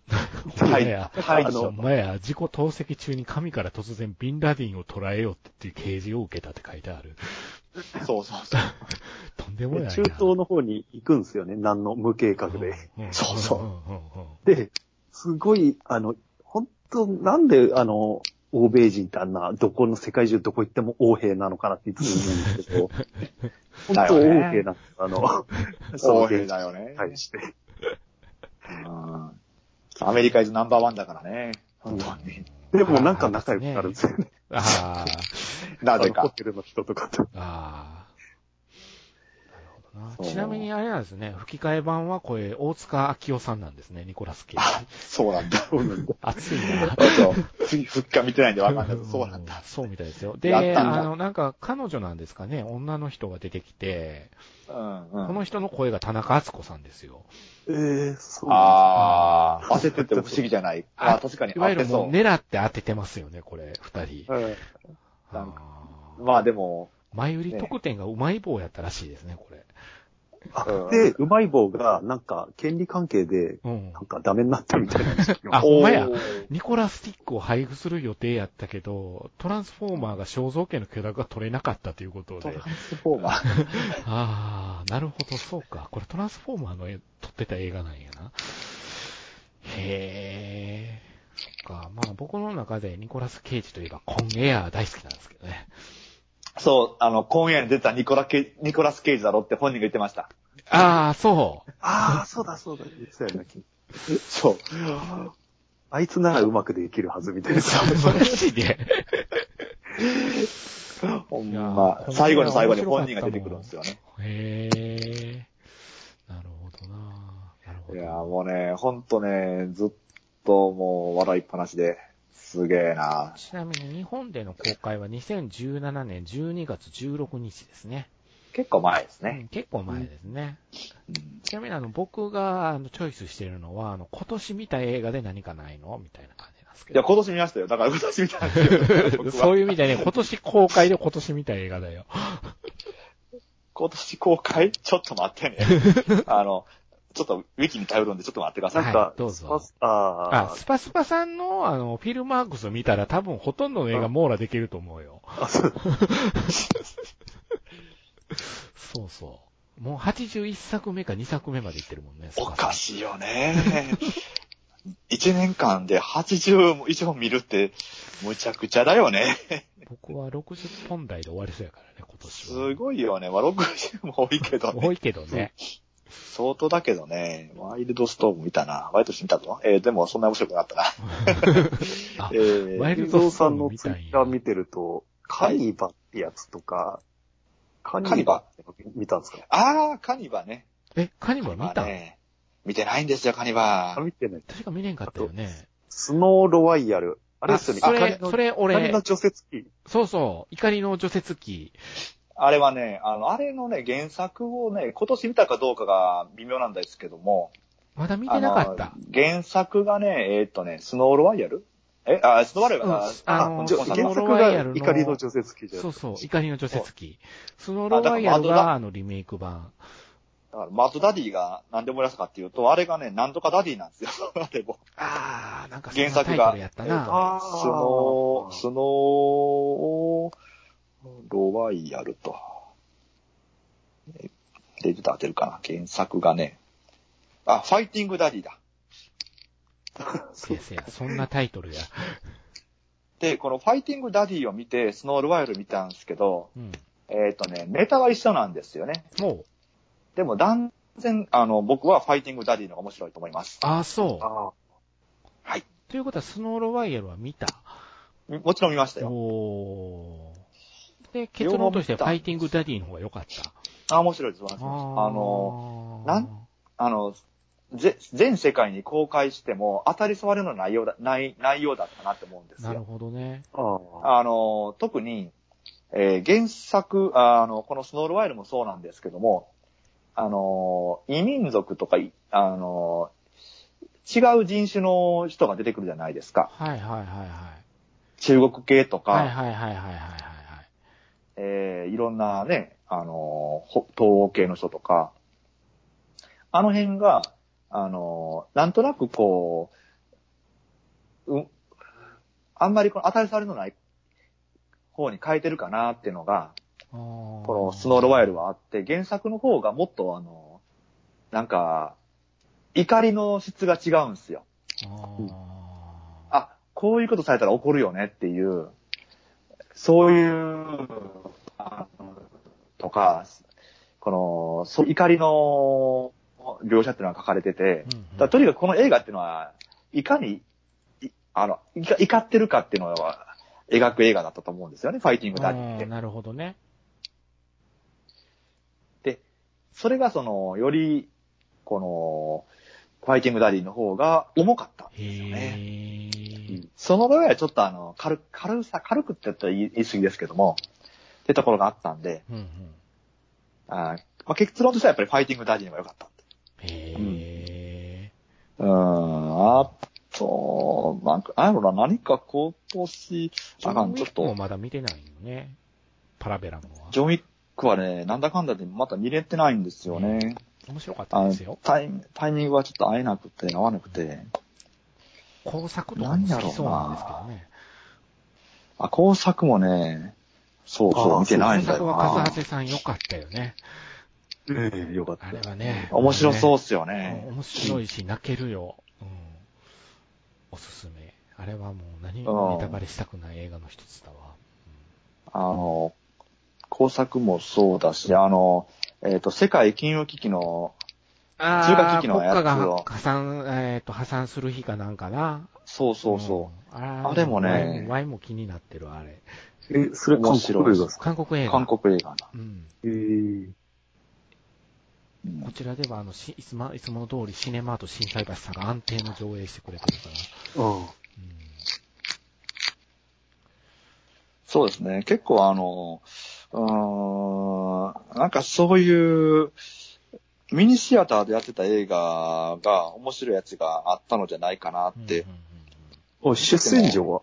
Speaker 2: ー。
Speaker 4: はい
Speaker 2: いや。
Speaker 4: はい
Speaker 2: あの、前や、自己透析中に神から突然ビンラディンを捉えようっていう啓示を受けたって書いてある。
Speaker 4: そうそうそう。
Speaker 2: [LAUGHS] とんでもない
Speaker 3: で
Speaker 2: な。
Speaker 3: 中東の方に行くんですよね。何の無計画で。
Speaker 2: うんん
Speaker 4: そうそうん
Speaker 2: んうん
Speaker 3: で、すごい、あの、本当なんで、あの、欧米人ってあんな、どこの世界中どこ行っても欧兵なのかなっていつも思うんですけど、本当欧兵なんですよ、あの、
Speaker 4: そう
Speaker 3: 兵
Speaker 4: だよね。
Speaker 3: 対して。
Speaker 4: うんアメリカイズナンバーワンだからね。本当に。
Speaker 3: でもなんか仲良くなるんですよね。
Speaker 2: あー
Speaker 4: なぜ
Speaker 3: あのホ
Speaker 4: か。
Speaker 3: テルの人とかと。
Speaker 2: あー。なるほど
Speaker 4: そう
Speaker 2: な。ちなみにあれなんですね、吹き替え版はこれ、大塚明夫さんなんですね、ニコラス・ケイジ。
Speaker 4: そうなんだ。
Speaker 3: そうなんだ。
Speaker 2: 熱いな。
Speaker 4: そう。次、復活見てないんでわかんないけど、そうなんだ。
Speaker 2: そうみたいですよ。
Speaker 4: やっ
Speaker 2: で、
Speaker 4: たんだ
Speaker 2: あの、なんか、彼女なんですかね、女の人が出てきて、
Speaker 4: うん、うん。
Speaker 2: この人の声が田中敦子さんですよ。
Speaker 3: ええそうなん
Speaker 4: ああ、焦ってても不思議じゃない。ああ、確かに
Speaker 2: いわゆ
Speaker 4: 焦っ
Speaker 2: る
Speaker 4: て
Speaker 2: も
Speaker 4: そうう。
Speaker 2: 狙って当ててますよね、これ、二人。
Speaker 3: ですね。
Speaker 4: なんか
Speaker 2: あー
Speaker 4: まあでも、
Speaker 2: 前売り特典がうまい棒やったらしいですね、これ。
Speaker 4: うん
Speaker 3: で、うまい棒が、なんか、権利関係で、
Speaker 2: うん
Speaker 3: な。んかダメになったみたいなんですけど
Speaker 2: あほんまや
Speaker 4: おー
Speaker 2: ニコラスティックを配布する予定やったけど、トランスフォーマーが肖像権の許諾が取れなかったということ
Speaker 4: トラ
Speaker 2: で
Speaker 4: ン。スフォーマー。
Speaker 2: ああ、なるほど、そうか。これトランスフォーマーの絵撮ってた映画なんやな。へえ。そっか。まあ僕の中でニコラス・ケイジといえばコンエア大好きなんですけどね。
Speaker 4: そう、あの、今夜に出たニコラケ、ニコラス・ケイジだろって本人が言ってました。
Speaker 2: ああ、そう。
Speaker 3: [LAUGHS] ああ、そうだそうだ。そうやな。
Speaker 4: そう。
Speaker 3: あいつならうまくできるはずみたいな。
Speaker 2: [LAUGHS] マジで。
Speaker 4: ほん
Speaker 2: いや
Speaker 4: ま
Speaker 2: ー、
Speaker 4: 最後の最後に本人が出てくるんですよね。
Speaker 2: へえ。なるほどな。なるほ
Speaker 4: い
Speaker 2: ど。
Speaker 4: やー、もうね、ほんとね、ずっともう笑いっぱなしで、すげえな。
Speaker 2: ちなみに日本での公開は2017年12月16日ですね。
Speaker 4: 結構前です
Speaker 2: う
Speaker 4: ね。
Speaker 2: ん結構前ですね。
Speaker 4: うん
Speaker 2: ちなみにあの僕があのチョイスしてるのは、あの今年見た映画で何かないのみたいな感じなんですけ
Speaker 4: いや、
Speaker 2: ど。
Speaker 4: 今年見ましたよ。だから今年見たんですよ [LAUGHS] 僕は
Speaker 2: そういう意味でね、今年公開で今年見た映画だよ。
Speaker 4: 今年公開ちょっと待ってね。 [LAUGHS] あの、ちょっとウィキに頼るんでちょっと待ってください。
Speaker 3: なんか、
Speaker 2: はいどうぞ
Speaker 3: スパスあ
Speaker 2: あ、スパスパさんのあのフィルマークスを見たら多分ほとんどの映画網羅できると思うよ。 [LAUGHS] そうそう。もう81作目か2作目までいってるもんね、ス
Speaker 4: お
Speaker 2: パさん
Speaker 4: かしいよね。一年間で80以上見るって、むちゃくちゃだよね。
Speaker 2: 僕は60本台で終わりそうやからね、今年は。
Speaker 4: すごいよね。まあ、60も多いけど、
Speaker 2: 多
Speaker 4: ね、
Speaker 2: いけどね。
Speaker 4: 相当だけどね。ワイルドストーム見たな。ワイルドストーム見たぞ。えーでもそんな面白くなかったな。
Speaker 2: あ
Speaker 4: えー
Speaker 2: ワイ
Speaker 3: あ、
Speaker 2: ル
Speaker 3: リ
Speaker 2: ド
Speaker 3: ゾ
Speaker 2: スト
Speaker 3: さ
Speaker 2: ー
Speaker 3: ん
Speaker 2: ム
Speaker 3: の
Speaker 2: み
Speaker 3: ツ
Speaker 2: た
Speaker 3: イ
Speaker 2: い
Speaker 3: ッタ
Speaker 2: な
Speaker 3: ー。見てると、カニバってやつとか、カ
Speaker 4: ニバ
Speaker 3: ニバ見たんですか
Speaker 4: あー、カニバね。
Speaker 2: え、カニバ見た、
Speaker 4: ね。見てないんですよ、カニ
Speaker 3: あ、
Speaker 4: バ。
Speaker 3: 見てない。
Speaker 2: 確か見れんかったよね。
Speaker 3: スノーロワイヤル。あれですよね。
Speaker 2: そ
Speaker 3: あカ
Speaker 2: れ
Speaker 3: ニ、の
Speaker 2: それ
Speaker 3: カニ
Speaker 2: 俺
Speaker 3: の、除雪機。
Speaker 2: そうそう、怒りの除雪機。
Speaker 4: あれはね、あの、あれのね、原作をね、今年見たかどうかが微妙なんですけども、
Speaker 2: まだ見てなかっ
Speaker 4: あ
Speaker 2: た。
Speaker 4: の原作がね、えーっとね、スノーロワイヤルえ、あ、スノーロワイヤル
Speaker 2: うん
Speaker 4: あ
Speaker 2: あの
Speaker 4: あ、
Speaker 3: じ
Speaker 4: ジ
Speaker 3: ゃ
Speaker 4: ョンさん
Speaker 2: スノー
Speaker 3: 原
Speaker 4: の
Speaker 2: ロ
Speaker 3: 作
Speaker 2: ワイヤ
Speaker 3: が
Speaker 2: ルの
Speaker 3: 怒りの除雪機じゃない
Speaker 2: そう
Speaker 3: ですか。
Speaker 2: そう、怒りの除雪機。スノーロワイヤル
Speaker 4: あだから
Speaker 2: があのリメイク版。
Speaker 4: だからマッドダディがなんで思い出したかっていうと、あれがね、なんとかダディなんですよ。 [LAUGHS] あれも。
Speaker 2: あー、なんかそん
Speaker 4: 原
Speaker 2: なタ
Speaker 4: 作
Speaker 2: イ
Speaker 4: が
Speaker 2: トルやった
Speaker 4: えーっと
Speaker 2: な。
Speaker 3: あー
Speaker 4: スノー、スノーロワイヤルと。えで、ちょっと当てるかな。原作がね。あ、ファイティングダディだ。
Speaker 2: せやせや、そんなタイトルや。
Speaker 4: で、このファイティングダディを見て、スノーロワイヤル見たんですけど、
Speaker 2: うん。
Speaker 4: えーっ、とね、ネタは一緒なんですよね。
Speaker 2: もう、
Speaker 4: でも断然、あの、僕はファイティングダディの方が面白いと思います。
Speaker 2: あー、そ
Speaker 3: あ
Speaker 4: はい。
Speaker 2: う。ということは、スノーロワイヤルは見た。
Speaker 4: ももちろん見ましたよ。
Speaker 2: おー。で、結論としてはフ
Speaker 4: 両方
Speaker 2: ァ
Speaker 4: 見
Speaker 2: イティングダディの方が良かった。
Speaker 4: あ、面白いです。面
Speaker 2: あ
Speaker 4: 白いですあの、
Speaker 2: ー
Speaker 4: なんあの、ぜ全世界に公開しても当たり障りのない内容だ、ない内容だったなって思うんです
Speaker 2: なる
Speaker 4: よ。
Speaker 2: ほどね。
Speaker 3: あ、ああ。
Speaker 4: あの、特に、えー原作、あの、このスノールワイルもそうなんですけども、あの、異民族とか、いあの、違う人種の人が出てくるじゃないですか。
Speaker 2: はいはいはいはい。
Speaker 4: 中国系とか、
Speaker 2: はいはいはいはいはいはい。
Speaker 4: えーいろんなね、あのーほ東欧系の人とか、あの辺が、あのーなんとなくこう、う、あんまりこの当たり障りのない方に変えてるかなっていうのが、
Speaker 2: こ
Speaker 4: このスノーロワイル
Speaker 2: は。
Speaker 4: はあって、原作の方がもっとあのーなんか、怒りの質が違うんですよ。
Speaker 2: あ
Speaker 4: あ、こういうことされたら怒るよねっていう、そういう、あのとか、この、そ怒りの描写っていうのが書かれてて、
Speaker 2: ーうんうん
Speaker 4: だからとにかくこの映画っていうのは、いかに、いあの、いか怒ってるかっていうのは、描く映画だったと思うんですよね、ファイティングダディって
Speaker 2: うん。なるほどね。
Speaker 4: それがその、より、この、ファイティングダディの方が重かったん
Speaker 2: へ
Speaker 4: ですよね。
Speaker 2: ー
Speaker 4: その上はちょっとあの、軽く、軽さ、軽くって言ったら言い言い過ぎですけども、ってところがあったんで、
Speaker 2: うんうん。
Speaker 4: あーまあ、結論としてはやっぱりファイティングダディの方が良かった。
Speaker 2: へ
Speaker 4: うーん、あと、なんか、なんやろな、何か今年、
Speaker 2: ー。
Speaker 4: あかん、ちょっ
Speaker 2: も
Speaker 4: と、
Speaker 2: まだ見てないよね。パラベラムは
Speaker 4: ジ。ョンウィックはね、なんだかんだでまた見れてないんですよね。
Speaker 2: 面白かった
Speaker 4: あ
Speaker 2: ん
Speaker 4: の
Speaker 2: ですよ。
Speaker 4: タイタイミングはちょっと会えなくて、合わなくて。
Speaker 2: 工作とかも好きそうなんですけどね。
Speaker 4: あ、工作もね、そうそう、
Speaker 3: あ
Speaker 4: 見てな
Speaker 2: 工
Speaker 4: いんだ
Speaker 2: 作
Speaker 4: よ
Speaker 2: はカズ
Speaker 4: な
Speaker 2: ハ。セさん良かったよね。
Speaker 3: ええよかっ
Speaker 2: あれはね。。
Speaker 4: 面白そううっすよ
Speaker 2: うん
Speaker 4: ね。
Speaker 2: 面白いし、泣けるよ。うん。おすすめ。あれはもう何
Speaker 4: うん
Speaker 2: もネタバレしたくない映画の一つだわ。
Speaker 4: あの、工作もそうだし、あの、えっ、と、世界金融危機の、
Speaker 2: あ
Speaker 4: 中華危機のやつを
Speaker 2: 国家が破産、えっ、と、破産する日かなんかな。
Speaker 4: そうそうそ
Speaker 2: うん。あ
Speaker 4: あれもね
Speaker 2: ワイも気になってる、あれ。
Speaker 3: た。え、それ韓国映画ですか
Speaker 2: 韓国映
Speaker 4: う、
Speaker 2: 画。
Speaker 4: 韓国映画な。
Speaker 2: うん。
Speaker 3: ええ
Speaker 4: うん
Speaker 2: こちらでは、あの、しいつも、いつもの通りシネマート心斎橋さんが安定の上映してくれてるから。
Speaker 3: ああ。
Speaker 2: うん。
Speaker 4: そうですね。結構あの、うーん、なんかそういう、ミニシアターでやってた映画が面白いやつがあったのじゃないかなって。
Speaker 2: うんうん
Speaker 3: あ、出演者は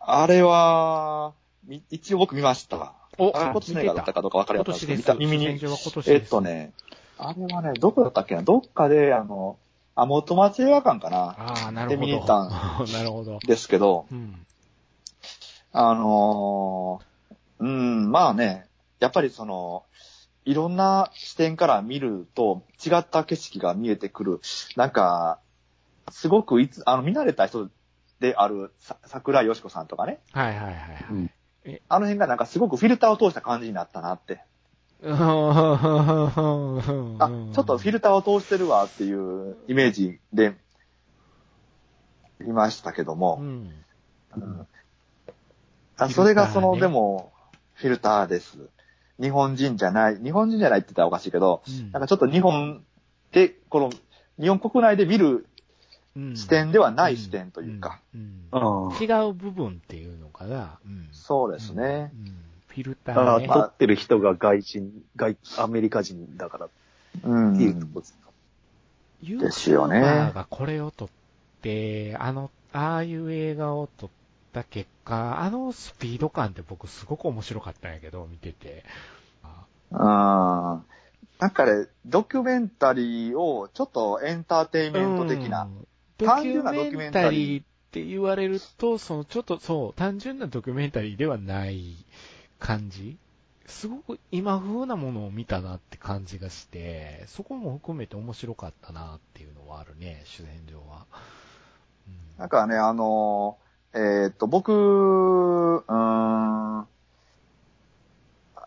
Speaker 4: あれは、み一応僕見ました。
Speaker 2: うんうん、
Speaker 4: あれ、こっちの映画だったかどうか分かり
Speaker 2: 今
Speaker 4: ませ
Speaker 2: 年
Speaker 4: んけ
Speaker 2: で
Speaker 4: ど、見
Speaker 2: す。
Speaker 4: た耳に
Speaker 2: 戦場は今年
Speaker 4: え
Speaker 2: です。
Speaker 4: っと。ね、あれはね、どこだったっけなどっかで、あの、あ、元町映画館かな
Speaker 2: ああ、なるほ
Speaker 4: で見に行
Speaker 2: ど
Speaker 4: っ。た
Speaker 2: [LAUGHS] なるほど。
Speaker 4: ですけど、
Speaker 2: うん。
Speaker 4: あのーうん、まあね、やっぱりその、いろんな視点から見ると違った景色が見えてくる。なんか、すごくいつ、あの、見慣れた人であるさ桜井よしこさんとかね、
Speaker 2: はいはいはいはい。
Speaker 3: うん
Speaker 4: あの辺がなんかすごくフィルターを通した感じになったなって。あ、ちょっとフィ
Speaker 2: ル
Speaker 4: ルターを通してるわっていうイメージで、いましたけど
Speaker 2: う
Speaker 4: も。
Speaker 2: ん。
Speaker 4: うんあそれがその、
Speaker 2: フィルターね
Speaker 4: でも、フィルターです。日本人じゃない、日本人じゃないって言ったらおかしいけど、
Speaker 2: うん
Speaker 4: なんかちょっと日本で、この、日本国内で見る視点ではない視点というか。。
Speaker 2: うんうん
Speaker 3: ああ。
Speaker 2: 違う部分っていうのかな。うん
Speaker 4: そうですね。
Speaker 2: うんうんフィルタ
Speaker 3: あ
Speaker 2: ー
Speaker 3: あ、
Speaker 2: ね。
Speaker 3: 撮ってる人が外人、外、アメリカ人だからっ
Speaker 4: うん。
Speaker 3: ていうとこですか。
Speaker 2: ユ
Speaker 4: で
Speaker 2: ー
Speaker 4: す
Speaker 2: チュ
Speaker 4: よ
Speaker 2: ー
Speaker 4: ね
Speaker 2: バーがこれを撮って、あの、ああいう映画を撮った結果、あのスピード感って僕すごく面白かったんやけど、見てて。あ
Speaker 4: あーなんかね、ドキュメンタリーをちょっとエンターテインメント的な
Speaker 2: う。ん。ドキ
Speaker 4: 単純なドキ
Speaker 2: ュメ
Speaker 4: ュメ
Speaker 2: ン
Speaker 4: ン
Speaker 2: タ
Speaker 4: タ
Speaker 2: リー
Speaker 4: リー
Speaker 2: って言われると、そのちょっとそう、単純なドキュメンタリーではない感じすごく今風なものを見たなって感じがして、そこも含めて面白かったなっていうのはあるね、主戦場は。うん
Speaker 4: なんかね、あのーえーっと、僕、うーん、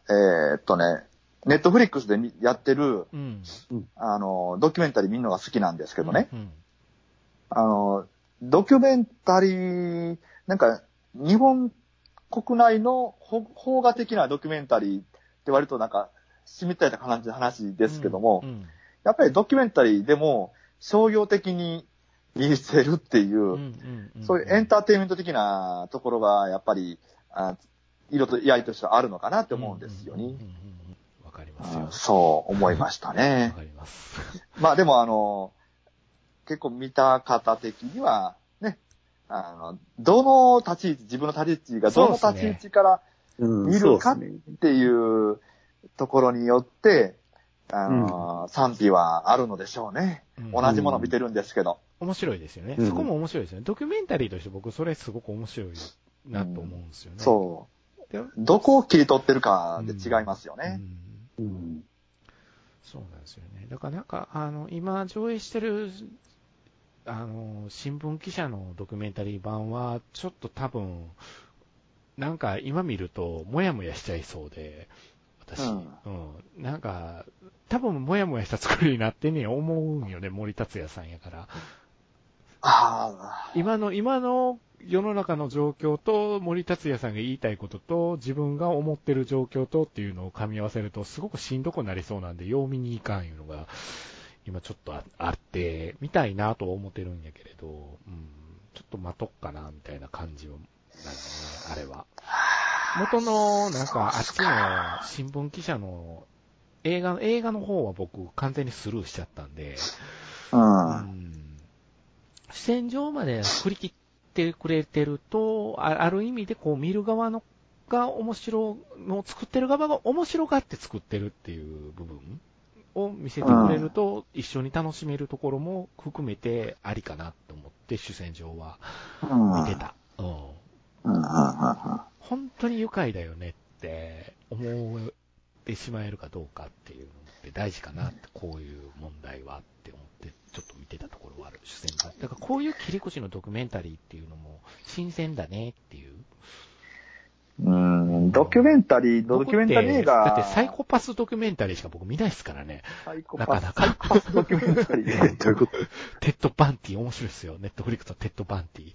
Speaker 4: えーっとね、ネットフリックスでみやってる、
Speaker 2: うん。
Speaker 4: あのードキュメンタリー見るのが好きなんですけどね、
Speaker 2: うん。
Speaker 4: あのードキュメンタリー、なんか、日本国内のほ邦画的なドキュメンタリーって割となんか、しみったれた感じの話ですけども、
Speaker 2: うん
Speaker 4: やっぱりドキュメンタリーでも商業的に見せるっていう、そういうエンターテインメント的なところが、やっぱり、あ色と、やりとしてはあるのかなって思うんですよ
Speaker 2: うんうんう
Speaker 4: ね
Speaker 2: ん。うんわかりますよ。
Speaker 4: あ
Speaker 2: わ
Speaker 4: そう思いましたね
Speaker 2: か。ります。
Speaker 4: まあでも、あの、結構見た方的には、ね、あの、どの立ち位置、自分の立ち位置がどの立ち位置から
Speaker 3: うん
Speaker 4: 見る
Speaker 3: そうで
Speaker 4: か
Speaker 3: すね。
Speaker 4: っていうところによって、あの、賛否はあるのでしょうね。
Speaker 2: うん
Speaker 4: 同じもの見てるんですけど。
Speaker 2: 面白いですよね。
Speaker 3: うん
Speaker 2: そこも面白いですよね。ドキュメンタリーとして僕、それすごく面白いなと思うんですよね。
Speaker 4: そう
Speaker 2: で
Speaker 4: う。どこを切り取ってるかで違いますよ
Speaker 2: う
Speaker 4: ね。
Speaker 2: ん
Speaker 3: うん。
Speaker 2: そうなんですよね。だからなんか、あの、今上映してる、あの、新聞記者のドキュメンタリー版は、ちょっと多分、なんか今見ると、もやもやしちゃいそうで、私。う
Speaker 4: うんん。
Speaker 2: なんか、多分、もやもやした作りになってね、思うんよね、森達也さんやから。
Speaker 4: ああ、
Speaker 2: 今の、今の世の中の状況と、森達也さんが言いたいことと、自分が思ってる状況とっていうのを噛み合わせると、すごくしんどくなりそうなんで、曜見に行かんいうのが、今ちょっとああって、見たいなとは思ってるんやけれど、うん、ちょっと待とっかな、みたいな感じは、なんかね、あれは。元の、なんか、あっちの新聞記者の映画、映画の方は僕完全にスルーしちゃったんで、
Speaker 4: うん。
Speaker 2: 視線上まで振り切ってくれてると、あある意味でこう見る側のが面白の作ってる側が面白がって作ってるっていう部分を見せてくれると、一緒に楽しめるところも含めてありかなと思って、主戦場は
Speaker 4: うん。
Speaker 2: 見てた。うん
Speaker 4: うん。うん。うん。
Speaker 2: 本当に愉快だよねって思ってしまえるかどうかっていうのって大事かなって、こういう問題はって思って、ちょっと見てたところはある、主戦場。だからこういう切り口のドキュメンタリーっていうのも新鮮だねっていう。
Speaker 4: うんドキュメンタリー、ドキュメンタリー映画。
Speaker 2: だってサイコパスドキュメンタリーしか僕見ないですからね。
Speaker 4: サイコ
Speaker 2: なか
Speaker 4: パス
Speaker 2: なか。
Speaker 4: パスドキュメンタリー。
Speaker 2: [LAUGHS]
Speaker 3: どういうこと
Speaker 2: テッドバンティ面白いですよ。ネットフリックスのテッドバンティ。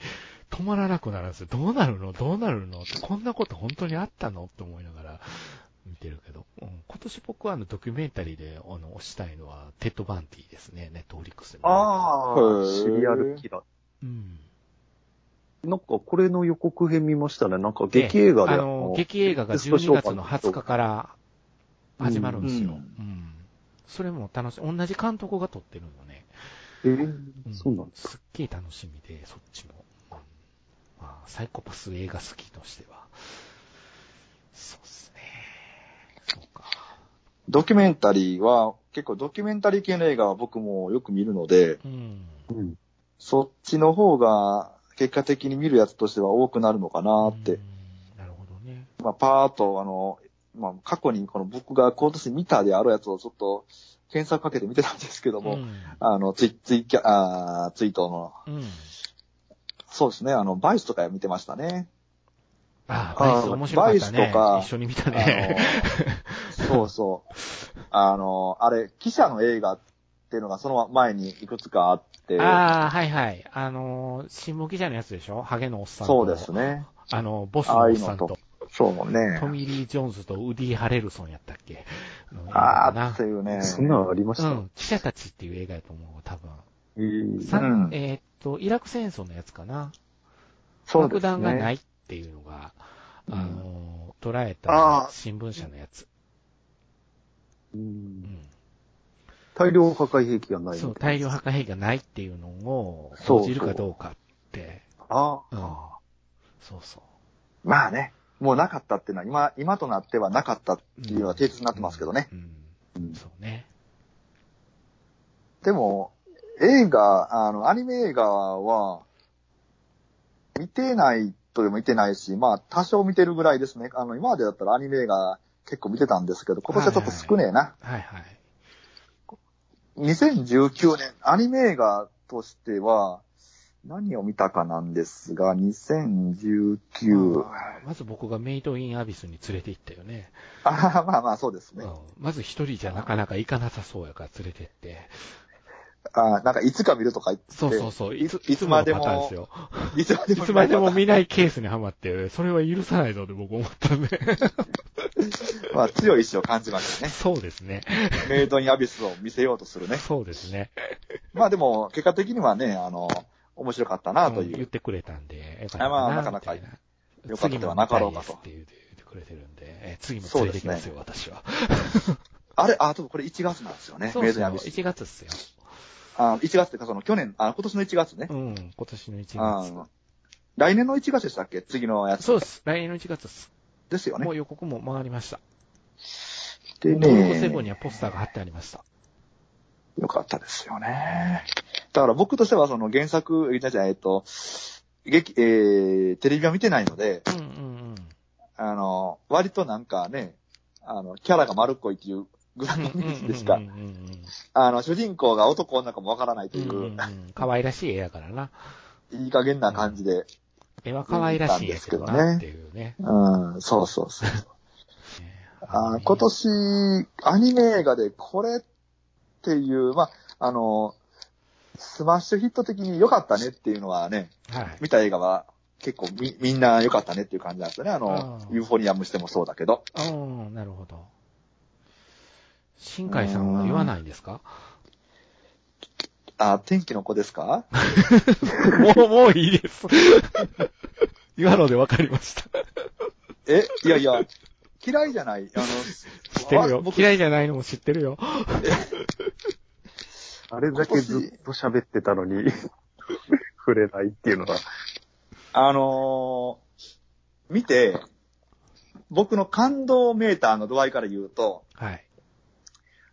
Speaker 2: 止まらなくなるんですよ。どうなるのどうなるのってこんなこと本当にあったのって思いながら見てるけど。うん今年僕はあのドキュメンタリーであの推したいのはテッドバンティですね。ネットフリックスで。あ。
Speaker 3: あ
Speaker 4: へ
Speaker 3: あ、
Speaker 4: ー
Speaker 3: シリアルキラ
Speaker 2: うん。
Speaker 3: ー。なんか、これの予告編見ましたね。なんか、劇映画で。
Speaker 2: あの、劇映画が12月の20日から始まるんですよ。
Speaker 4: う
Speaker 2: うんん。それも楽しい。同じ監督が撮ってるのね。
Speaker 3: えー
Speaker 2: ん
Speaker 3: そうなんです。
Speaker 2: すっげえ楽しみで、そっちも。うんまあ、サイコパス映画好きとしては。そうっすね。そうか。
Speaker 4: ドキュメンタリーは、結構ドキュメンタリー系の映画は僕もよく見るので、
Speaker 2: うん。
Speaker 3: うん。
Speaker 4: そっちの方が結果的に見るやつとしては多くなるのかなって。
Speaker 2: うん。なるほどね。
Speaker 4: まあ、パーッと、あの、まあ、過去にこの僕が今年見たであろうやつをちょっと検索かけて見てたんですけども、
Speaker 2: うん
Speaker 4: あの、ツイ、ツイキャ、あーツイートの、
Speaker 2: うん。
Speaker 4: そうですね、あの、バイスとか見てましたね。
Speaker 2: あ
Speaker 4: あ
Speaker 2: バイス面白かった
Speaker 4: バイ
Speaker 2: ね
Speaker 4: スとか。
Speaker 2: 一緒に見た
Speaker 4: あ
Speaker 2: ね。
Speaker 4: のそうそう。あの、あれ、記者の映画っていうのがその前にいくつかあって、
Speaker 2: [LAUGHS] ああー、はいはい。あのー、新聞記者のやつでしょハゲのおっさんと。
Speaker 4: そうですね。
Speaker 2: あの、ボスのおっさん
Speaker 4: ああいうの
Speaker 2: と
Speaker 4: と。そうね
Speaker 2: ト。ミー・リー・ジョーンズとウディ・ハレルソンやったっけ
Speaker 4: ああ
Speaker 2: な
Speaker 4: っていうね。
Speaker 3: そんなのありまし
Speaker 2: う
Speaker 3: た、
Speaker 2: ん。記者たちっていう映画やと思う、多分。
Speaker 3: えー
Speaker 2: さ
Speaker 4: うん
Speaker 2: えーっと、イラク戦争のやつかな。
Speaker 4: そう
Speaker 2: 爆
Speaker 4: ですね。。
Speaker 2: 弾がないいっていうのが、
Speaker 4: うん
Speaker 2: あのー、捉え
Speaker 4: あ
Speaker 2: た
Speaker 4: ー
Speaker 2: 新聞社のやつ。うん
Speaker 3: 大量破壊兵器がない
Speaker 2: そう、大量破壊兵器がないっていうのを、
Speaker 4: そうそう
Speaker 2: 報じるかどうかって。
Speaker 4: あ
Speaker 2: うん
Speaker 4: あ。
Speaker 2: そうそう。
Speaker 4: まあね、もうなかったっていうのは、今、今となってはなかったっていうのは定説になってますけどね。
Speaker 2: うん。
Speaker 3: うん
Speaker 2: そうね。
Speaker 4: でも、映画、あの、アニメ映画は、見てないとでも見てないし、まあ、多少見てるぐらいですね。あの、今までだったらアニメ映画結構見てたんですけど、今年はちょっと少ねえな。
Speaker 2: はいはい。
Speaker 4: 2019年、アニメ映画としては、何を見たかなんですが、2019。
Speaker 2: あーまず僕がメイド・イン・アビスに連れて行ったよね。
Speaker 4: あーまあまあ、そうですね
Speaker 2: う。んまず一人じゃなかなか行かなさそうやから連れてって。
Speaker 4: あーなんか、いつか見るとか言って。
Speaker 2: そうそうそう。いつ、
Speaker 4: い
Speaker 2: い
Speaker 4: つ
Speaker 2: つ
Speaker 4: ま
Speaker 2: まで
Speaker 4: でも
Speaker 2: ものパターンですよ。
Speaker 4: いつまで
Speaker 2: い
Speaker 4: も。
Speaker 2: つまでも見ないケースにはま
Speaker 4: [LAUGHS]
Speaker 2: って、それは許さないぞって僕思ったんで。
Speaker 4: まあ、強い意志を感じましたね。
Speaker 2: そうですね。
Speaker 4: メイドインアビスを見せようとするね。
Speaker 2: そうですね。
Speaker 4: まあでも、結果的にはね、あの、面白かったなと
Speaker 2: うん
Speaker 4: い
Speaker 2: 言っ
Speaker 4: う。
Speaker 2: てくれたんで、よか
Speaker 4: あまあ
Speaker 2: みたい
Speaker 4: なか
Speaker 2: な
Speaker 4: 良かったではなかろうかと
Speaker 2: 次も見たいですって言ってくれてるんで、え次も連れてきますよ、私は。
Speaker 4: あれ、あ、多分これ1月なんですよね。
Speaker 2: そう
Speaker 4: メ
Speaker 2: で
Speaker 4: イ
Speaker 2: す
Speaker 4: ドイン
Speaker 2: よ。
Speaker 4: アビス。
Speaker 2: 1月っすよ。
Speaker 4: あ1月っていうか、その去年、あ、今年の1月ね。
Speaker 2: うん、今年の1
Speaker 4: あ来年の1月でしたっけ次のや
Speaker 2: 月。
Speaker 4: つ。
Speaker 2: そうです。来年の1月っす。
Speaker 4: ですよね
Speaker 2: も。う予告も回りました。
Speaker 4: で
Speaker 2: モードセブン
Speaker 4: ね、
Speaker 2: にはポスターが貼ってありました。
Speaker 4: よかったですよね。だから僕としては、その原作、えーえっと、劇、えー、テレビは見てないので、
Speaker 2: うんうん
Speaker 4: あの、割となんかね、あの、キャラが丸っこいっていうぐらいのイメー
Speaker 2: う
Speaker 4: ジ
Speaker 2: ん。
Speaker 4: でしか
Speaker 2: うん、うんう
Speaker 4: あの、主人公が男なのかもわからないとい
Speaker 2: んうんうんう
Speaker 4: う、
Speaker 2: んうん。可愛らしい絵やからな。
Speaker 4: いい加減な感じで、
Speaker 2: 絵は可愛らしいんやけどなっていうね。
Speaker 4: うん、そうそうそう。あー今年、アニメ映画でこれっていう、まあ、あの、スマッシュヒット的に良かったねっていうのはね、
Speaker 2: はい。
Speaker 4: 見た映画は結構みみんな良かったねっていう感じなんですよね。あの、
Speaker 2: うん
Speaker 4: ユーフォニアムしてもそうだけど。
Speaker 2: うん、なるほど。新海さんは言わないんですか
Speaker 4: あー、天気の子ですか
Speaker 2: もう、もういいです。 [LAUGHS] 今のでわかりました。
Speaker 4: え、いやいや、嫌いじゃない。あの、
Speaker 2: 知ってる
Speaker 4: わ
Speaker 2: よ。
Speaker 4: 僕
Speaker 2: 嫌いじゃないのも知ってるよ。
Speaker 3: あれだけずっと喋ってたのに、 [LAUGHS] 触れないっていうのは。
Speaker 4: あのー見て、僕の感動メーターの度合いから言うと、
Speaker 2: はい。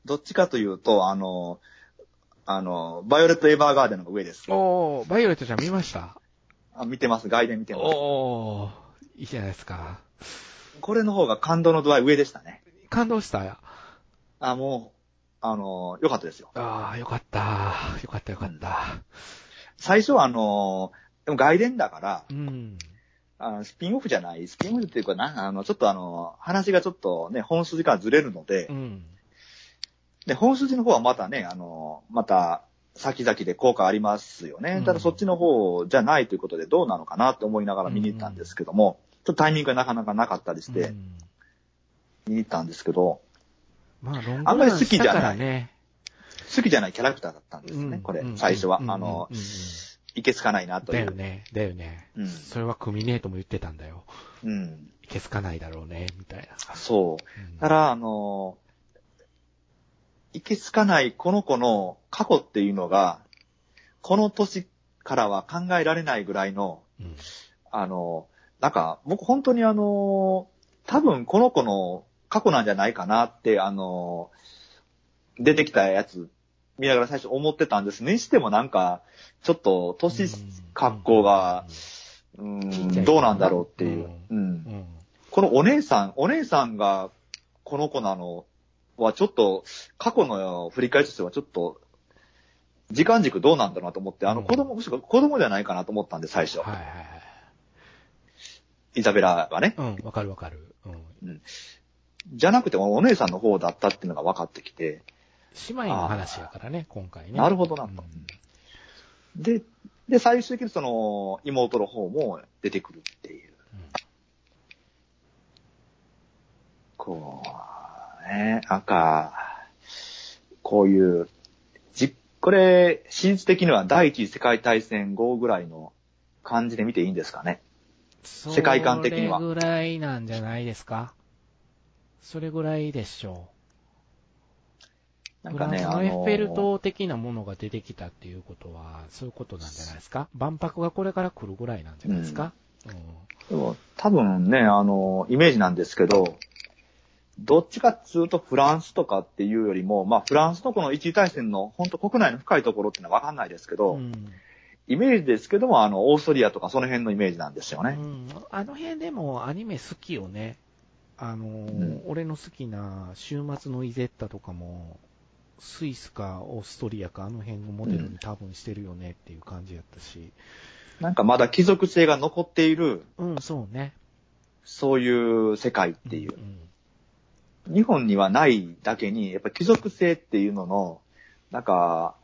Speaker 4: どっちかというと、あのーあのーバイオレット・エヴァーガーデンの方が上です。
Speaker 2: おー、バイオレットちゃん見ました
Speaker 4: あ見てます、外伝見てます。
Speaker 2: おー、いいじゃないですか。
Speaker 4: これの方が感動の度合い上でしたね。
Speaker 2: 感動した。
Speaker 4: あ、もう、あのー良かったですよ。
Speaker 2: あー、よかった。よかったよかった。
Speaker 4: 最初はあのーでも外伝だから、
Speaker 2: うん。
Speaker 4: あのスピンオフじゃない、スピンオフっていうかな、あの、ちょっとあのー話がちょっとね、本筋からずれるので
Speaker 2: う、ん。
Speaker 4: で、本筋の方はまたね、あの、また、先々で効果ありますよね。
Speaker 2: うん
Speaker 4: ただそっちの方じゃないということでどうなのかなと思いながら見に行ったんですけども、ちょっとタイミングがなかなかなかったりし
Speaker 2: う
Speaker 4: て、
Speaker 2: ん
Speaker 4: 見に行ったんですけど、
Speaker 2: まあ、ロング
Speaker 4: あんまり
Speaker 2: ラン
Speaker 4: 好
Speaker 2: し
Speaker 4: き
Speaker 2: た
Speaker 4: じゃ
Speaker 2: か
Speaker 4: な
Speaker 2: ら
Speaker 4: い
Speaker 2: ね。
Speaker 4: 好きじゃないキャラクターだったんですね、
Speaker 2: うん
Speaker 4: これ
Speaker 2: う、ん
Speaker 4: 最初は。
Speaker 2: うん
Speaker 4: あの
Speaker 2: う、んうん
Speaker 4: いけつかないなと
Speaker 2: だ
Speaker 4: い
Speaker 2: よ
Speaker 4: う。
Speaker 2: ね。だよね。
Speaker 4: うん
Speaker 2: それはクミネートも言ってたんだよ。
Speaker 4: うん。
Speaker 2: いけつかないだろうね、みたいな。
Speaker 4: そう。
Speaker 2: うん
Speaker 4: ただ、あの、いけつかないこの子の過去っていうのが、この年からは考えられないぐらいの、
Speaker 2: うん
Speaker 4: あの、なんか、僕本当にあの、多分この子の過去なんじゃないかなって、あの、出てきたやつ見ながら最初思ってたんですね。にしてもなんか、ちょっと年格好が、う
Speaker 2: ちっちゃ
Speaker 4: ん、
Speaker 2: い
Speaker 4: どうなんだろうっていう。うん
Speaker 2: うん。
Speaker 4: このお姉さん、お姉さんがこの子なのはちょっと、過去の振り返りとしてはちょっと、時間軸どうなんだろうなと思って、あの
Speaker 2: うん
Speaker 4: 子供、むしろ子供じゃないかなと思ったんで、最初。
Speaker 2: はいはい
Speaker 4: イザベラがね。
Speaker 2: はい。うん、わかるわかる。うん。
Speaker 4: じゃなくて、お姉さんの方だったっていうのが分かってきて、
Speaker 2: 姉妹の話やからね、今回ね。
Speaker 4: なるほどな
Speaker 2: うん
Speaker 4: と。で、で、最終的にその、妹の方も出てくるっていう。こう、ね、なんか、こういう、じ、これ、真実的には第一次世界大戦後ぐらいの感じで見ていいんですかね。世界観的には
Speaker 2: それぐらいなんじゃないですか。それぐらいでしょう。
Speaker 4: なんかね、
Speaker 2: フラン
Speaker 4: あ
Speaker 2: ス
Speaker 4: の、
Speaker 2: のエッフェル塔的なものが出てきたっていうことは、そういうことなんじゃないですか。万博がこれから来るぐらいなんじゃないですか。うん。
Speaker 4: でも多分ね、あの、イメージなんですけど、どっちかっつうとフランスとかっていうよりも、まあフランスのこの一次大戦の本当国内の深いところっていうのはわかんないですけど、
Speaker 2: うん
Speaker 4: イメージですけども、あの、オーストリアとかその辺のイメージなんですよ
Speaker 2: う
Speaker 4: ね。
Speaker 2: ん、あの辺でもアニメ好きよね。あのー、
Speaker 4: ん
Speaker 2: 俺の好きな週末のイゼッタとかも、スイスかオーストリアかあの辺をモデルに多分してるよねっていう感じやったし。
Speaker 4: なんかまだ貴族性が残っている、
Speaker 2: うん、そうね。
Speaker 4: そういう世界っていう
Speaker 2: う。ん。
Speaker 4: 日本にはないだけに、やっぱ貴族性っていうのの、なんか、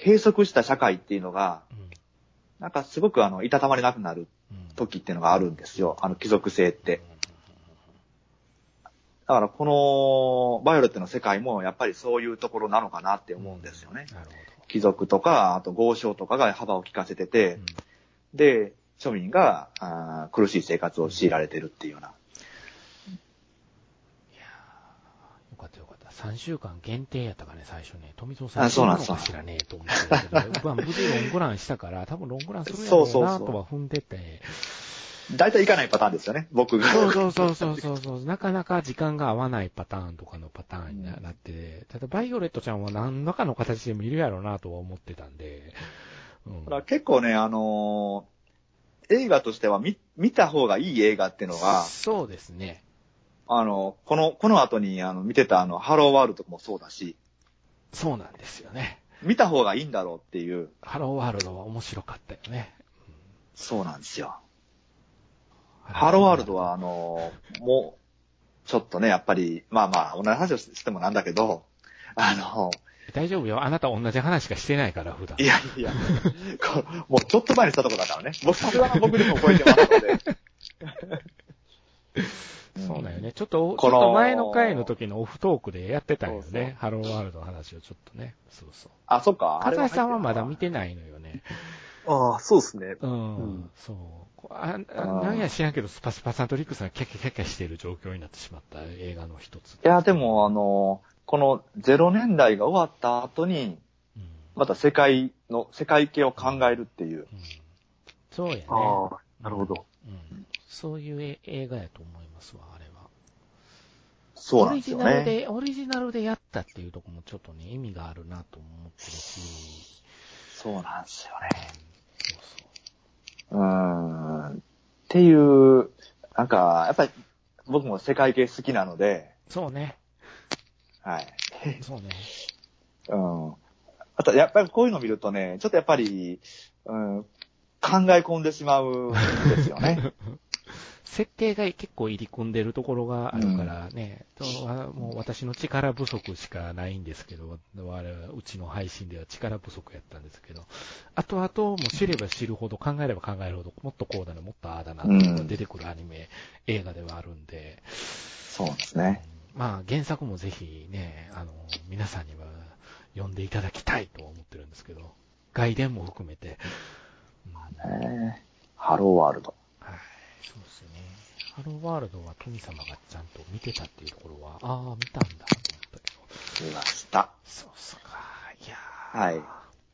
Speaker 4: 閉塞した社会っていうのが、
Speaker 2: うん
Speaker 4: なんかすごくあの、いたたまれなくなる
Speaker 2: うん
Speaker 4: 時っていうのがあるんですよ。あの、貴族性って。だからこの、バイオレットの世界もやっぱりそういうところなのかなって思うんですよね。
Speaker 2: なるほ
Speaker 4: 貴族とか、あと豪商とかが幅を利かせて
Speaker 2: ど。
Speaker 4: て
Speaker 2: うん、
Speaker 4: で、庶民があー苦しい生活を強いられてるっていうような。
Speaker 2: よかったよかった。3週間限定やったかね、最初ね。富蔵さん、
Speaker 4: あそうなんです
Speaker 2: どのかしらねえと思ってたけ
Speaker 4: [LAUGHS]
Speaker 2: ど、僕は無事ロングランしたから、多分ロングランするや
Speaker 4: そ
Speaker 2: ろ
Speaker 4: うそうう
Speaker 2: な
Speaker 4: そう
Speaker 2: とは踏んでて。
Speaker 4: 大体行かないパターンですよね、僕が。
Speaker 2: そうそうそうそうそうそう。なかなか時間が合わないパターンとかのパターンにななって、ただバイオレットちゃんは何らかの形でもいるやろうなとは思ってたんで。うん
Speaker 4: だから結構ね、あのー映画としては見、見た方がいい映画っていうのが、
Speaker 2: そうですね。
Speaker 4: あの、この、この後にあの見てたあの、ハローワールドとかもそうだし、
Speaker 2: そうなんですよね。
Speaker 4: 見た方がいいんだろうっていう。
Speaker 2: ハローワールドは面白かったよね。
Speaker 4: そうなんですよ。ハローワールドはあのーもう、ちょっとね、やっぱり、まあまあ、同じ話をしてもなんだけど、あの、
Speaker 2: 大丈夫よ。あなた同じ話しかしてないから、普段。
Speaker 4: いやいや、こうもうちょっと前にしたとこだからね。僕、さすがの僕でも超えてますので。
Speaker 2: [LAUGHS] そうだよね。ちょっと、ちょ
Speaker 4: こ
Speaker 2: っ
Speaker 4: の
Speaker 2: と前の回の時のオフトークでやってたんよ
Speaker 4: そうそう
Speaker 2: ね。ハローワールドの話をちょっとね。そうそう。
Speaker 4: あ、そっか。あ
Speaker 2: か
Speaker 4: れ
Speaker 2: ざ
Speaker 4: は入ってる
Speaker 2: さんはまだ見てないのよね。
Speaker 3: ああ、そうですね。
Speaker 2: うん。
Speaker 3: うん
Speaker 2: そう。こああなんや知らんけど、スパスパさんとリックさんがキャッキャキャッキャしてる状況になってしまった映画の一つ。
Speaker 4: いや、でも、あの、この0年代が終わった後に、
Speaker 2: うん、
Speaker 4: また世界の、世界系を考えるっていう。
Speaker 2: うんそうやね。
Speaker 3: ああ、なるほど。
Speaker 2: うん、そういうえ映画やと思いますわ、あれは。
Speaker 4: そうな
Speaker 2: オ
Speaker 4: ん
Speaker 2: リ
Speaker 4: です
Speaker 2: ジ
Speaker 4: よ
Speaker 2: ナル
Speaker 4: ね。
Speaker 2: で、オリジナルでやったっていうところもちょっとね、意味があるなと思ってるし。
Speaker 4: そうなんですよ
Speaker 2: うん
Speaker 4: ね。
Speaker 2: そうそう
Speaker 4: うーん。っていう、なんか、やっぱり僕も世界系好きなので、
Speaker 2: そうね。
Speaker 4: はい。
Speaker 2: そうね。
Speaker 4: うん。あと、やっぱりこういうの見るとね、ちょっとやっぱり、うん、考え込んでしまうんです
Speaker 2: [LAUGHS]
Speaker 4: よね。
Speaker 2: 設定が結構入り組んでるところがあるからね、とはもう私の力不足しかないんですけど、我々うちの配信では力不足やったんですけど、あとあと、もう知れば知るほど、考えれば考えるほど、もっとこうだな、もっとああだな、っていうのが出てくるアニメ、映画ではあるんで、
Speaker 4: そうですね。
Speaker 2: まあ原作もぜひね、あの、皆さんには読んでいただきたいと思ってるんですけど、外伝も含めて、うん
Speaker 4: えーハローワールド。
Speaker 2: はい、そうですね。ハローワールドは富様がちゃんと見てたっていうところは、ああ、見たんだと思ったけど。
Speaker 4: 見ました。
Speaker 2: そうっすか。いやー
Speaker 4: は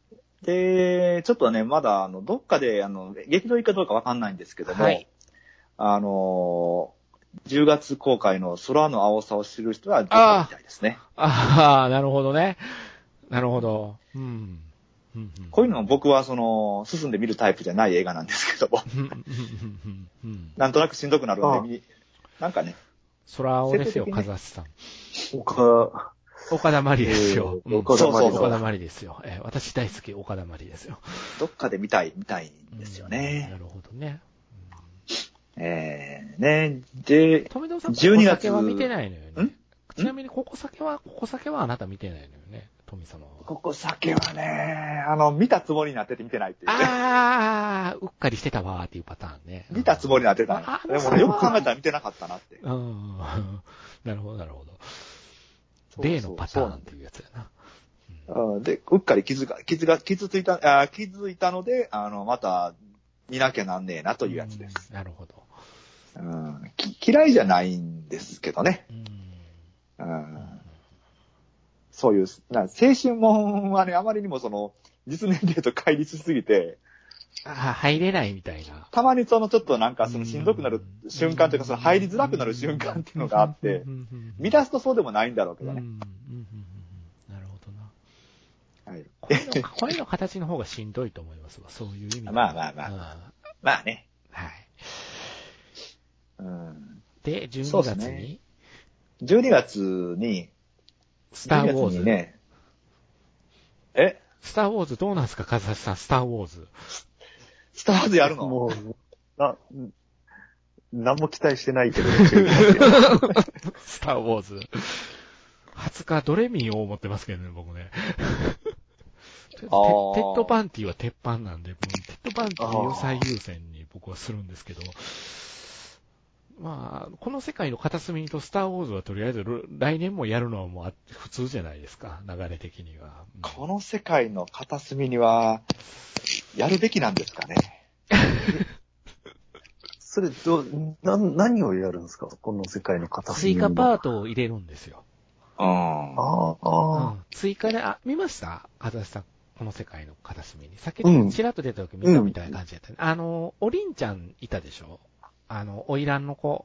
Speaker 4: い。で、ちょっとね、まだ、あの、どっかで、あの、劇場行くかどうかわかんないんですけども、
Speaker 2: はい
Speaker 4: あのー10月公開の空の青さを知る人は、ぜひみたいですね。
Speaker 2: ああ、なるほどね。なるほど。うん。うんん
Speaker 4: こういうのも僕は、その、進んで見るタイプじゃない映画なんですけども、 [LAUGHS]
Speaker 2: うんうんうんうんうん
Speaker 4: なんとなくしんどくなる
Speaker 3: あ
Speaker 4: ん
Speaker 3: あ
Speaker 4: で見に、なんかね、
Speaker 2: 空青ですよ、
Speaker 4: 設定的に
Speaker 2: かざしさん。
Speaker 3: 他、
Speaker 2: 岡田まりですよ。
Speaker 3: えー
Speaker 2: うん
Speaker 3: 岡
Speaker 4: 田真理
Speaker 2: そうそう岡田まりですよ。えー私大好き、岡田まりですよ。
Speaker 4: どっかで見たい、見たいんですよ
Speaker 2: うん
Speaker 4: ね
Speaker 2: な。るほどね。
Speaker 4: えー、ね、で、
Speaker 2: 富藤さん、ここ酒
Speaker 4: 12月
Speaker 2: は見てないのよね
Speaker 4: ん。
Speaker 2: ちなみに、ここ酒は、ここ酒はあなた見てないのよね、富様は。
Speaker 4: ここ酒はね、あの、見たつもりになってて見てないっていうね。
Speaker 2: あー、うっかりしてたわーっていうパターンね。
Speaker 4: 見たつもりになってた
Speaker 2: ああ
Speaker 4: の。でもね、よく考えたら見てなかったなって。
Speaker 2: うん。 [LAUGHS] なるほど、なるほど。
Speaker 4: そう
Speaker 2: 例のパタ
Speaker 4: そう
Speaker 2: ーン
Speaker 4: な
Speaker 2: っ
Speaker 4: んだ
Speaker 2: ていうやつやな。
Speaker 4: うんで、うっかり傷が、傷が、傷ついた、あー気づいたので、あの、また、見なきゃなんねえなというやつです。
Speaker 2: うん。なるほど。
Speaker 4: うん、き嫌いじゃないんですけどね。
Speaker 2: うん。
Speaker 4: うん、そういう、な青春もんはね、あまりにもその、実年齢と乖離しすぎて、
Speaker 2: あー、入れないみたいな。
Speaker 4: たまにそのちょっとなんかそのしんどくなる
Speaker 2: うん
Speaker 4: 瞬間というか、その入りづらくなる瞬間っていうのがあって
Speaker 2: う、ん、うん
Speaker 4: 見出すとそうでもないんだろうけ
Speaker 2: うん、うん、うん、う
Speaker 4: どね。
Speaker 2: んうんなるほどな。
Speaker 4: はい、
Speaker 2: 声の、
Speaker 4: [LAUGHS]
Speaker 2: 声の形の方がしんどいと思いますわ。そういう意味では
Speaker 4: まあまあまあ
Speaker 2: あ。
Speaker 4: まあね。
Speaker 2: はい。
Speaker 4: うん、
Speaker 2: で、12
Speaker 4: そうです
Speaker 2: 月
Speaker 4: ね
Speaker 2: に、
Speaker 4: 12月に、
Speaker 2: スター・ウォー
Speaker 4: 12月
Speaker 2: ズ。
Speaker 4: にね。え
Speaker 2: スター・ウォーズどうなんですか、カズハシさん、スター・ウォーズ。
Speaker 4: スター・ウォーズやるの
Speaker 3: もう、な、何も期待してないけど、12月
Speaker 2: スター・ウォーズ。20日、ドレミンを持ってますけどね、僕ね。てテ
Speaker 4: ー
Speaker 2: ッドパンティは鉄板なんで、もうテッドパンティを最優先に僕はするんですけど、まあ、この世界の片隅にとスター・ウォーズはとりあえず来年もやるのはもうあ普通じゃないですか、流れ的には。うん
Speaker 4: この世界の片隅には、やるべきなんですかね。
Speaker 3: [LAUGHS] それ、どう、な、何をやるんですかこの世界の片隅
Speaker 2: 追
Speaker 3: に
Speaker 2: 加パートを入れるんですよ。
Speaker 4: うん。
Speaker 3: ああ、
Speaker 2: う
Speaker 3: ああ。
Speaker 2: ん追加で、あ、見ました風さん、この世界の片隅に。さっき
Speaker 3: うん
Speaker 2: ちらっと出た時見たみたいな感じだったね。あの、おりんちゃんいたでしょあの、おいらんの子。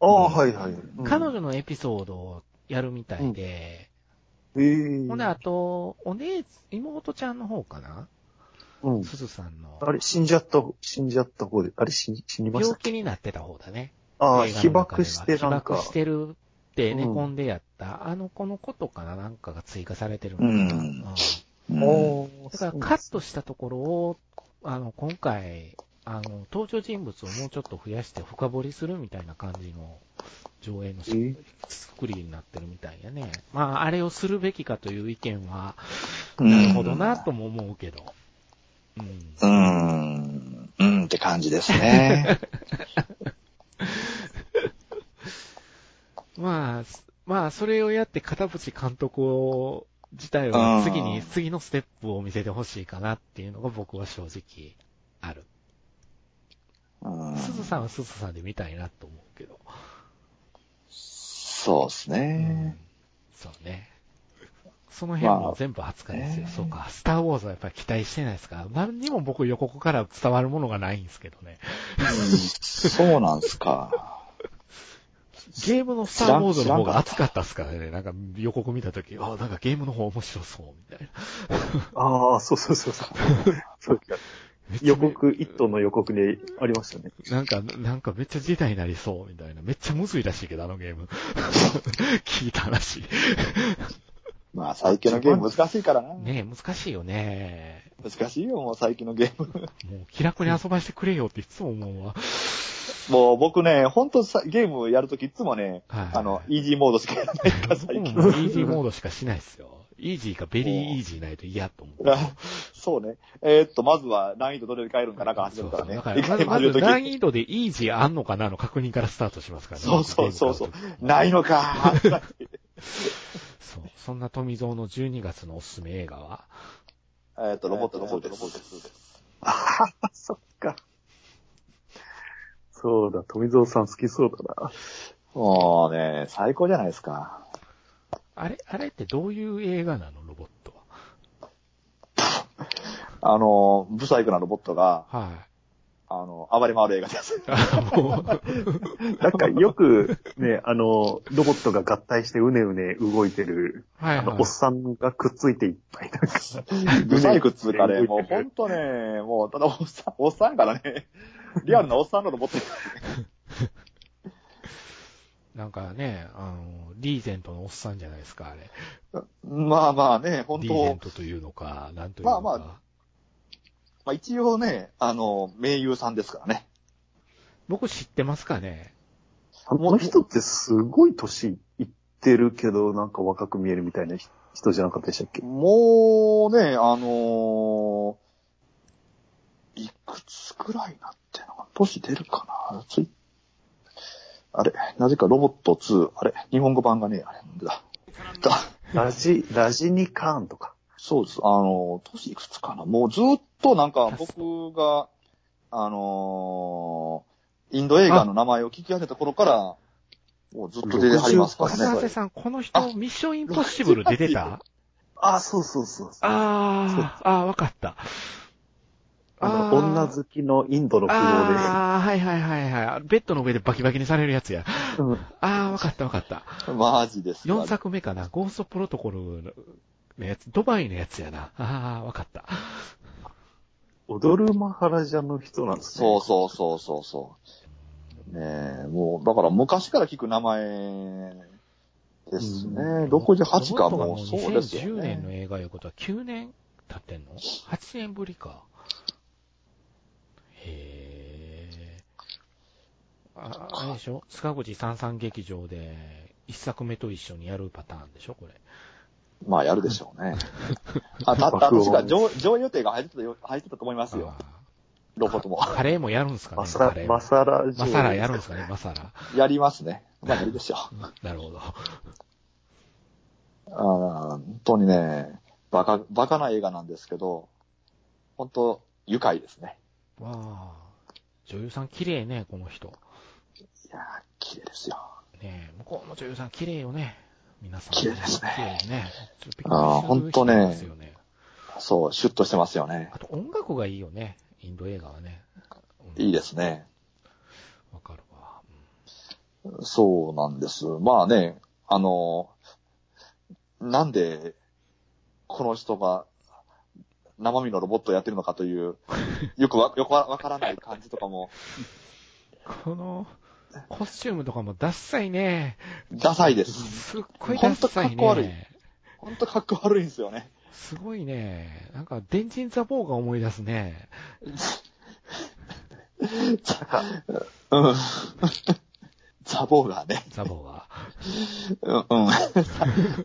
Speaker 3: ああ、はいはい。
Speaker 2: 彼女のエピソードをやるみたいで、
Speaker 3: ええ
Speaker 2: ほんで、あと、お姉、妹ちゃんの方かな
Speaker 3: うん。
Speaker 2: すずさんの。
Speaker 3: あれ、死んじゃった、死んじゃった方で、あれ、死に、死にまし
Speaker 2: 病
Speaker 3: た
Speaker 2: 気になってた方だね。
Speaker 3: ああ、
Speaker 2: 映画の中
Speaker 3: 被
Speaker 2: では
Speaker 3: 爆してなん
Speaker 2: 被
Speaker 3: か
Speaker 2: 爆し。てるって寝
Speaker 3: うん
Speaker 2: 込んでやった、あの子のことかななんかが追加されてるん
Speaker 4: う
Speaker 2: だよな。
Speaker 4: ん。
Speaker 2: うん
Speaker 4: うん
Speaker 3: おー
Speaker 2: だからカットしたところを、あの、今回、あの、登場人物をもうちょっと増やして深掘りするみたいな感じの上映の
Speaker 4: えー
Speaker 2: スクリーンになってるみたいやね。まあ、あれをするべきかという意見は、
Speaker 4: うん
Speaker 2: なるほどなとも思うけど。うん。
Speaker 4: うーん、うんって感じです
Speaker 2: [LAUGHS]
Speaker 4: ね。
Speaker 2: まあ、すまあ、それをやって片渕監督を、自体は次
Speaker 4: う
Speaker 2: に、
Speaker 4: ん
Speaker 2: 次のステップを見せてほしいかなっていうのが僕は正直ある。
Speaker 4: うん
Speaker 2: 鈴さんは鈴さんで見たいなと思うけど。
Speaker 4: そうですね。
Speaker 2: そうね。その辺
Speaker 4: ま
Speaker 2: も
Speaker 4: あ
Speaker 2: 全部扱いですよ。
Speaker 4: ね
Speaker 2: そうか。スターウォーズはやっぱり期待してないですから。何にも僕予告から伝わるものがないんですけどね。
Speaker 4: うんそうなんすか。
Speaker 2: ゲームのスターウォーズの方が熱かったですからね。なんか予告見たとき、あ、なんかゲームの方面白そう、みたいな。
Speaker 5: ああ、そうそうそう
Speaker 2: [LAUGHS]
Speaker 5: そう。そうだ予告、一頭の予告でありましたね。
Speaker 2: なんか、なんかめっちゃ時代になりそう、みたいな。めっちゃむずいらしいけど、あのゲーム。 [LAUGHS] 聞いた話。
Speaker 4: まあ、最近のゲーム難しいからな。
Speaker 2: ねえ、難しいよね。
Speaker 4: 難しいよ、もう最近のゲーム。 [LAUGHS]
Speaker 2: もう気楽に遊ばしてくれよっていつも思うわ。
Speaker 4: もう僕ね、ほんとさゲームやるときいつもね、
Speaker 2: はい
Speaker 4: あの、イージーモードしかやらないから、
Speaker 2: 僕
Speaker 4: 最
Speaker 2: もイ
Speaker 4: 近。
Speaker 2: ージーモードしかしないですよ。イージーかベリーイージーないと嫌と思う。
Speaker 4: [LAUGHS] そうね。えーっと、まずは難易度どれで変えるんかなから始めるからね。 [LAUGHS]
Speaker 2: だから、まず、まず難易度でイージーあんのかなの確認からスタートしますからね。
Speaker 4: そうそうそうそう
Speaker 2: ゲーム買と
Speaker 4: ない
Speaker 2: [LAUGHS]
Speaker 4: のか。
Speaker 2: そう。そんな富蔵の12月のおすすめ映画は、
Speaker 4: えーっと、ロボットの方です。
Speaker 5: そっか。そうだ、富蔵さん好きそうだな。
Speaker 4: もうね、最高じゃないですか。
Speaker 2: あれ、あれってどういう映画なの、ロボット
Speaker 4: あの、ブサイクなロボットが、
Speaker 2: は。はい。
Speaker 4: あの、暴れ回る映画 [LAUGHS] です。
Speaker 2: あもう、
Speaker 5: なんかよくね、あの、ロボットが合体してうねうね動いてる、
Speaker 2: はい、
Speaker 5: あ
Speaker 2: は
Speaker 5: の、
Speaker 2: い
Speaker 5: おっ。さんがくっついていっぱい、なんか、
Speaker 4: ブサイクっつうかね、もうほんとね、もうただおっさん、おっさんからね、リアルなおっさんのロボット。
Speaker 2: なんかね、あの、リーゼントのおっさんじゃないですか、あれ。
Speaker 4: まあまあね、本
Speaker 2: リーゼン
Speaker 4: 当
Speaker 2: トというのか、なんというのか。
Speaker 4: まあままあ一応ね、あの、名優さんですからね。
Speaker 2: 僕知ってますかね
Speaker 5: あの人ってすごい年いってるけど、なんか若く見えるみたいな人じゃなかったでしたっけ
Speaker 4: もうね、あのーいくつくらいなってんのか、年出るかなついあれ、なぜかロボット2、あれ、日本語版がね、あれ、なんでだ。だ、
Speaker 5: ラジ、ラジニカーンとか。
Speaker 4: そうです。あの、年いくつかなもうずっとなんか
Speaker 2: キャスト
Speaker 4: 僕が、あのーインド映画の名前を聞き上げた頃から、もうずっと出てはりますから
Speaker 5: 68
Speaker 4: ね。
Speaker 2: 博士さん、この人、ミッションインポッシブル出てた
Speaker 5: あ、そうそうそうそう。
Speaker 2: ああ、ああ、わかった。
Speaker 5: あの
Speaker 2: ー
Speaker 5: 女好きのインドの不動
Speaker 2: ああ、はいはいはいはい。ベッドの上でバキバキにされるやつや。
Speaker 5: で。うん
Speaker 2: ああ、わかったわかった。
Speaker 4: マジですか
Speaker 2: 4作目かな。ゴーストプロトコルのやつ、ドバイのやつやな。ああ、わかった。
Speaker 5: 踊るマハラジャの人なんですね。
Speaker 4: そうそうそうそうそう。ねえ、もう、だから昔から聞く名前ですね。68か、もうそうですよ
Speaker 2: 2010年の
Speaker 4: ね。
Speaker 2: 映画いうことは9年経ってんの ?8 年ぶりか。へえ。あ、あれでしょ塚口三三劇場で一作目と一緒にやるパターンでしょこれ。
Speaker 4: まあ、やるでしょうね。あ、た、た、確か上、上映予定が入ってたよ、入ってたと思いますよ。
Speaker 2: あ
Speaker 4: ロボットも。
Speaker 2: ーカレーもやるんすかね
Speaker 5: マサ
Speaker 2: カ
Speaker 5: ラ、
Speaker 2: レー
Speaker 5: マ
Speaker 2: も。
Speaker 5: サラジ
Speaker 2: マサラやるんすかねマサラ。
Speaker 4: やりますね。まあ、やるでしょう。
Speaker 2: なるほど。
Speaker 4: あー本当にね、バカ、バカな映画なんですけど、本当愉快ですね。
Speaker 2: わあ。女優さん綺麗ね、この人。
Speaker 4: いやー綺麗ですよ。
Speaker 2: ねえ、向こうの女優さん綺麗よね。皆さん。
Speaker 4: 綺麗ですね
Speaker 2: 綺麗ね。ちょっとびっくりする
Speaker 4: あーほんとね
Speaker 2: 人ですよね。
Speaker 4: そう、シュッとしてますよね。
Speaker 2: あと音楽がいいよね。インド映画はね。うん
Speaker 4: いいですね。
Speaker 2: わかるわ。うん
Speaker 4: そうなんです。まあね、あの、なんで、この人が、生身のロボットをやってるのかと [LAUGHS] いう、よくわ、よくわわからない感じとかも、
Speaker 2: この、コスチュームとかもダッサいね。
Speaker 4: ダサいです。
Speaker 2: す
Speaker 4: [LAUGHS]
Speaker 2: っごいダッサい
Speaker 4: ほんとかっこ悪い
Speaker 2: ね。
Speaker 4: 本当かっこ悪いんですよね。
Speaker 2: すごいね。なんか、電人ザボーが思い出すね。
Speaker 4: [LAUGHS] うん。ザボーガーね。
Speaker 2: ザボ
Speaker 4: [LAUGHS]
Speaker 2: は。
Speaker 4: うん、 [LAUGHS] うん。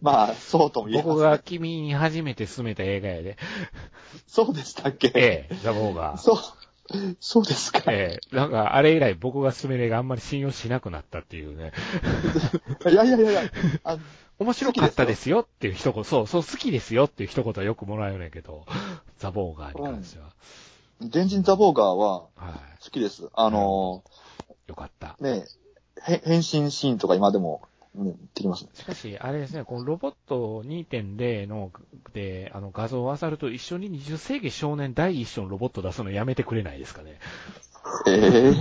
Speaker 4: まあ、そうとも言え
Speaker 2: 僕
Speaker 4: ます。
Speaker 2: が君に初めて勧めた映画やで。
Speaker 4: そうでしたっけ、
Speaker 2: ええ、ザボが。
Speaker 4: そう、そうですか。
Speaker 2: ええ、なんか、あれ以来僕が勧める映画あんまり信用しなくなったっていうね。
Speaker 4: いやいやいやいや、あ
Speaker 2: 面白かったですよっていう一言、そう、そう、好きですよっていう一言はよくもらえるんやけど、ザボーガーに関しては。
Speaker 4: 電人ザボーガーは
Speaker 2: は
Speaker 4: 好きです。あの
Speaker 2: い。よかった。
Speaker 4: ねへ変身シーンとか今でも、うん、できますね。
Speaker 2: しかし、あれですね、このロボット2.0の、で、あの、画像を漁ると一緒に20世紀少年第一章のロボット出すのやめてくれないですかね。
Speaker 4: ええ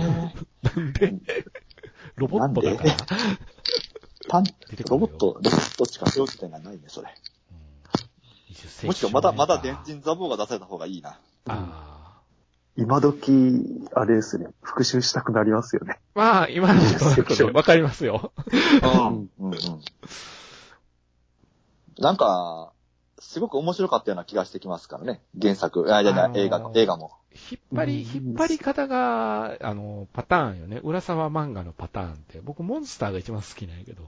Speaker 2: ロボットだから。
Speaker 4: 単
Speaker 2: 出てこな
Speaker 4: ロ
Speaker 2: い
Speaker 4: ボ
Speaker 2: よ
Speaker 4: ット、ロボットしか表記点がないね、それ。
Speaker 2: うん20世紀少年
Speaker 4: もしくはまだ、まだ電人ザボーガー出された方がいいな。
Speaker 2: ああ。
Speaker 5: 今時、あれですね、復習したくなりますよね。
Speaker 2: まあ、今のとなくでわかりますよ。
Speaker 4: うん。うんうん。なんか、すごく面白かったような気がしてきますからね。原作。あ、いやい
Speaker 2: あ
Speaker 4: や
Speaker 2: の、ー
Speaker 4: 映画、映画も。
Speaker 2: 引っ張り、
Speaker 5: うん
Speaker 2: 引っ張り方が、あの、パターンよね。浦沢漫画のパターンって。僕、モンスターが一番好きなんやけど。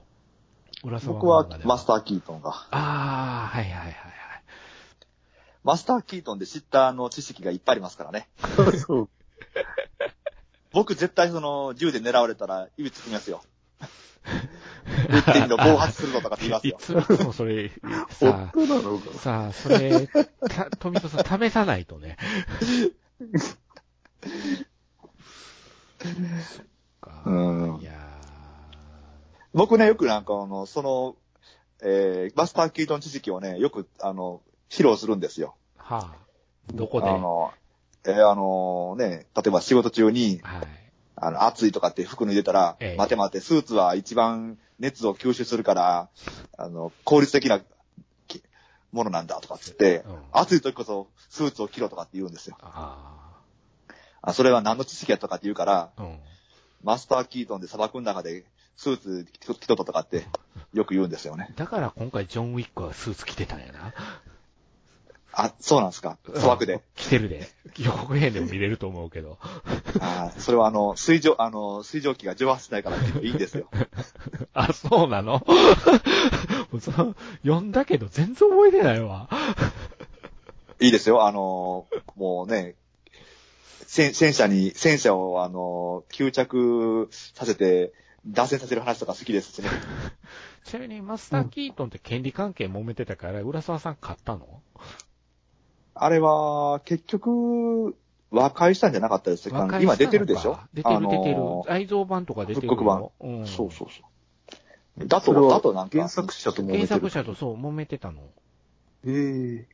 Speaker 2: 浦沢
Speaker 4: 僕は
Speaker 2: 漫画で
Speaker 4: マスタ
Speaker 2: ー。
Speaker 4: ー・キートンが。
Speaker 2: ああ、はいはいはいはい。
Speaker 4: マスター・キートンで知ったあの知識がいっぱいありますからね。
Speaker 5: そう。
Speaker 4: 僕絶対その銃で狙われたら指つきます
Speaker 2: [LAUGHS]
Speaker 4: よ。撃ってみろ、暴発するぞとかって言います
Speaker 2: い [LAUGHS]
Speaker 4: よ。
Speaker 2: つ、いつもそれ、さ
Speaker 5: 夫なのか
Speaker 2: あ、さあ、それ、た、富戸さん試さないとね。そっか。
Speaker 4: ん
Speaker 2: いや
Speaker 4: 僕ね、よくなんかあの、その、えー、マスター・キートン知識をね、よくあの、披露するんですよ。
Speaker 2: ーはあ、どこで
Speaker 4: あ
Speaker 2: は
Speaker 4: の、えーあのね、例えば仕事中に、
Speaker 2: い。
Speaker 4: あの、暑いとかって服脱いでたら、
Speaker 2: ええ
Speaker 4: 待て待て、スーツは一番熱を吸収するから、あの、効率的なきものなんだとかっつって、
Speaker 2: うん
Speaker 4: 暑い時こそスーツを着ろとかって言うんですよ。
Speaker 2: あ
Speaker 4: あ、それは何の知識やとかって言うから、
Speaker 2: あ、うん。
Speaker 4: マスターキートンで砂漠の中でスーツ着とったとかってよく言うんですよね。
Speaker 2: だから今回ジョン・ウィックはスーツ着てたんやな。
Speaker 4: あ、そうなんですか砂
Speaker 2: [LAUGHS]
Speaker 4: 漠で。。
Speaker 2: 着てるで。予告編でも見れると思うけど。
Speaker 4: あそれはあの、水蒸、あの、水蒸気が蒸発しないからいいんですよ。
Speaker 2: あ、そうなのそう呼んだけど全然覚えてないわ。
Speaker 4: いいですよ。あのーもうね、戦戦車に、戦車をあのー、吸着させて、脱線させる話とか好きですしね。
Speaker 2: ちなみにマスター・キートンって権利関係揉めてたから、浦沢さん買ったの
Speaker 4: あれは、結局、和解したんじゃなかったです
Speaker 2: 和解したのか
Speaker 4: 今出てるでしょ
Speaker 2: 出て
Speaker 4: あ
Speaker 2: る
Speaker 4: の
Speaker 2: 出てる
Speaker 4: ー。
Speaker 2: 愛蔵版とか出てる
Speaker 4: 復刻版
Speaker 2: よ。うん。
Speaker 4: そうそうそう。だ
Speaker 5: それ
Speaker 4: と、
Speaker 5: は
Speaker 4: だとなんか、
Speaker 5: 原作者とも
Speaker 2: 原
Speaker 5: めて
Speaker 2: 作
Speaker 5: る。
Speaker 2: 者とそう、揉めてたの。
Speaker 5: ええ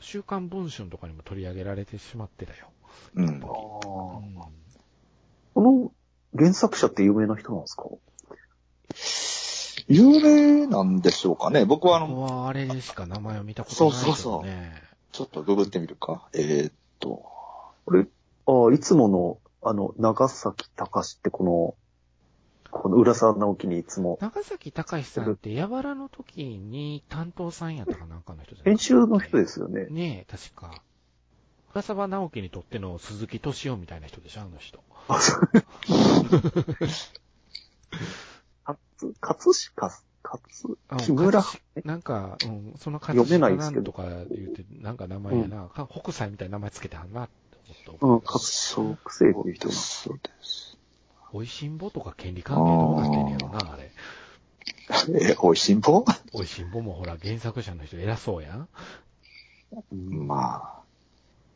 Speaker 2: 週刊文春とかにも取り上げられてしまってたよ。
Speaker 4: うん。
Speaker 2: う
Speaker 5: こ
Speaker 2: ん
Speaker 5: の原作者って有名な人なんですか
Speaker 4: 有名なんでしょうかね。僕はあ
Speaker 2: 僕
Speaker 4: の、
Speaker 2: はあれしか名前を見たことないけどね。
Speaker 4: そうそうそうちょっとググってみるか。えーっと、
Speaker 5: これ、ああ、いつもの、あの、長崎隆ってこの、この浦沢直樹にいつも、
Speaker 2: 長崎隆さんって、やわらの時に担当さんやったかなんかの人じゃない。
Speaker 5: 編集の人ですすよね。
Speaker 2: ねえ、確か。深沢直樹にとっての鈴木敏夫みたいな人でしょ、あの人。
Speaker 5: あそうかつ、かつしか、か
Speaker 2: あ
Speaker 5: つ、木村。
Speaker 2: なんか、うん、その
Speaker 5: 読めないですけ
Speaker 2: と
Speaker 5: ど
Speaker 2: か言って、なんか名前やな、か北斎みたいな名前つけてはんなって思った。
Speaker 5: うん、かつ、小学生っていう人が。
Speaker 4: そうです。
Speaker 2: おいしんぼとか権利関係どうなってんねやろな、あれ。
Speaker 4: え、おいしんぼ
Speaker 2: おいしんぼもほら、原作者の人偉そうやん。
Speaker 4: ま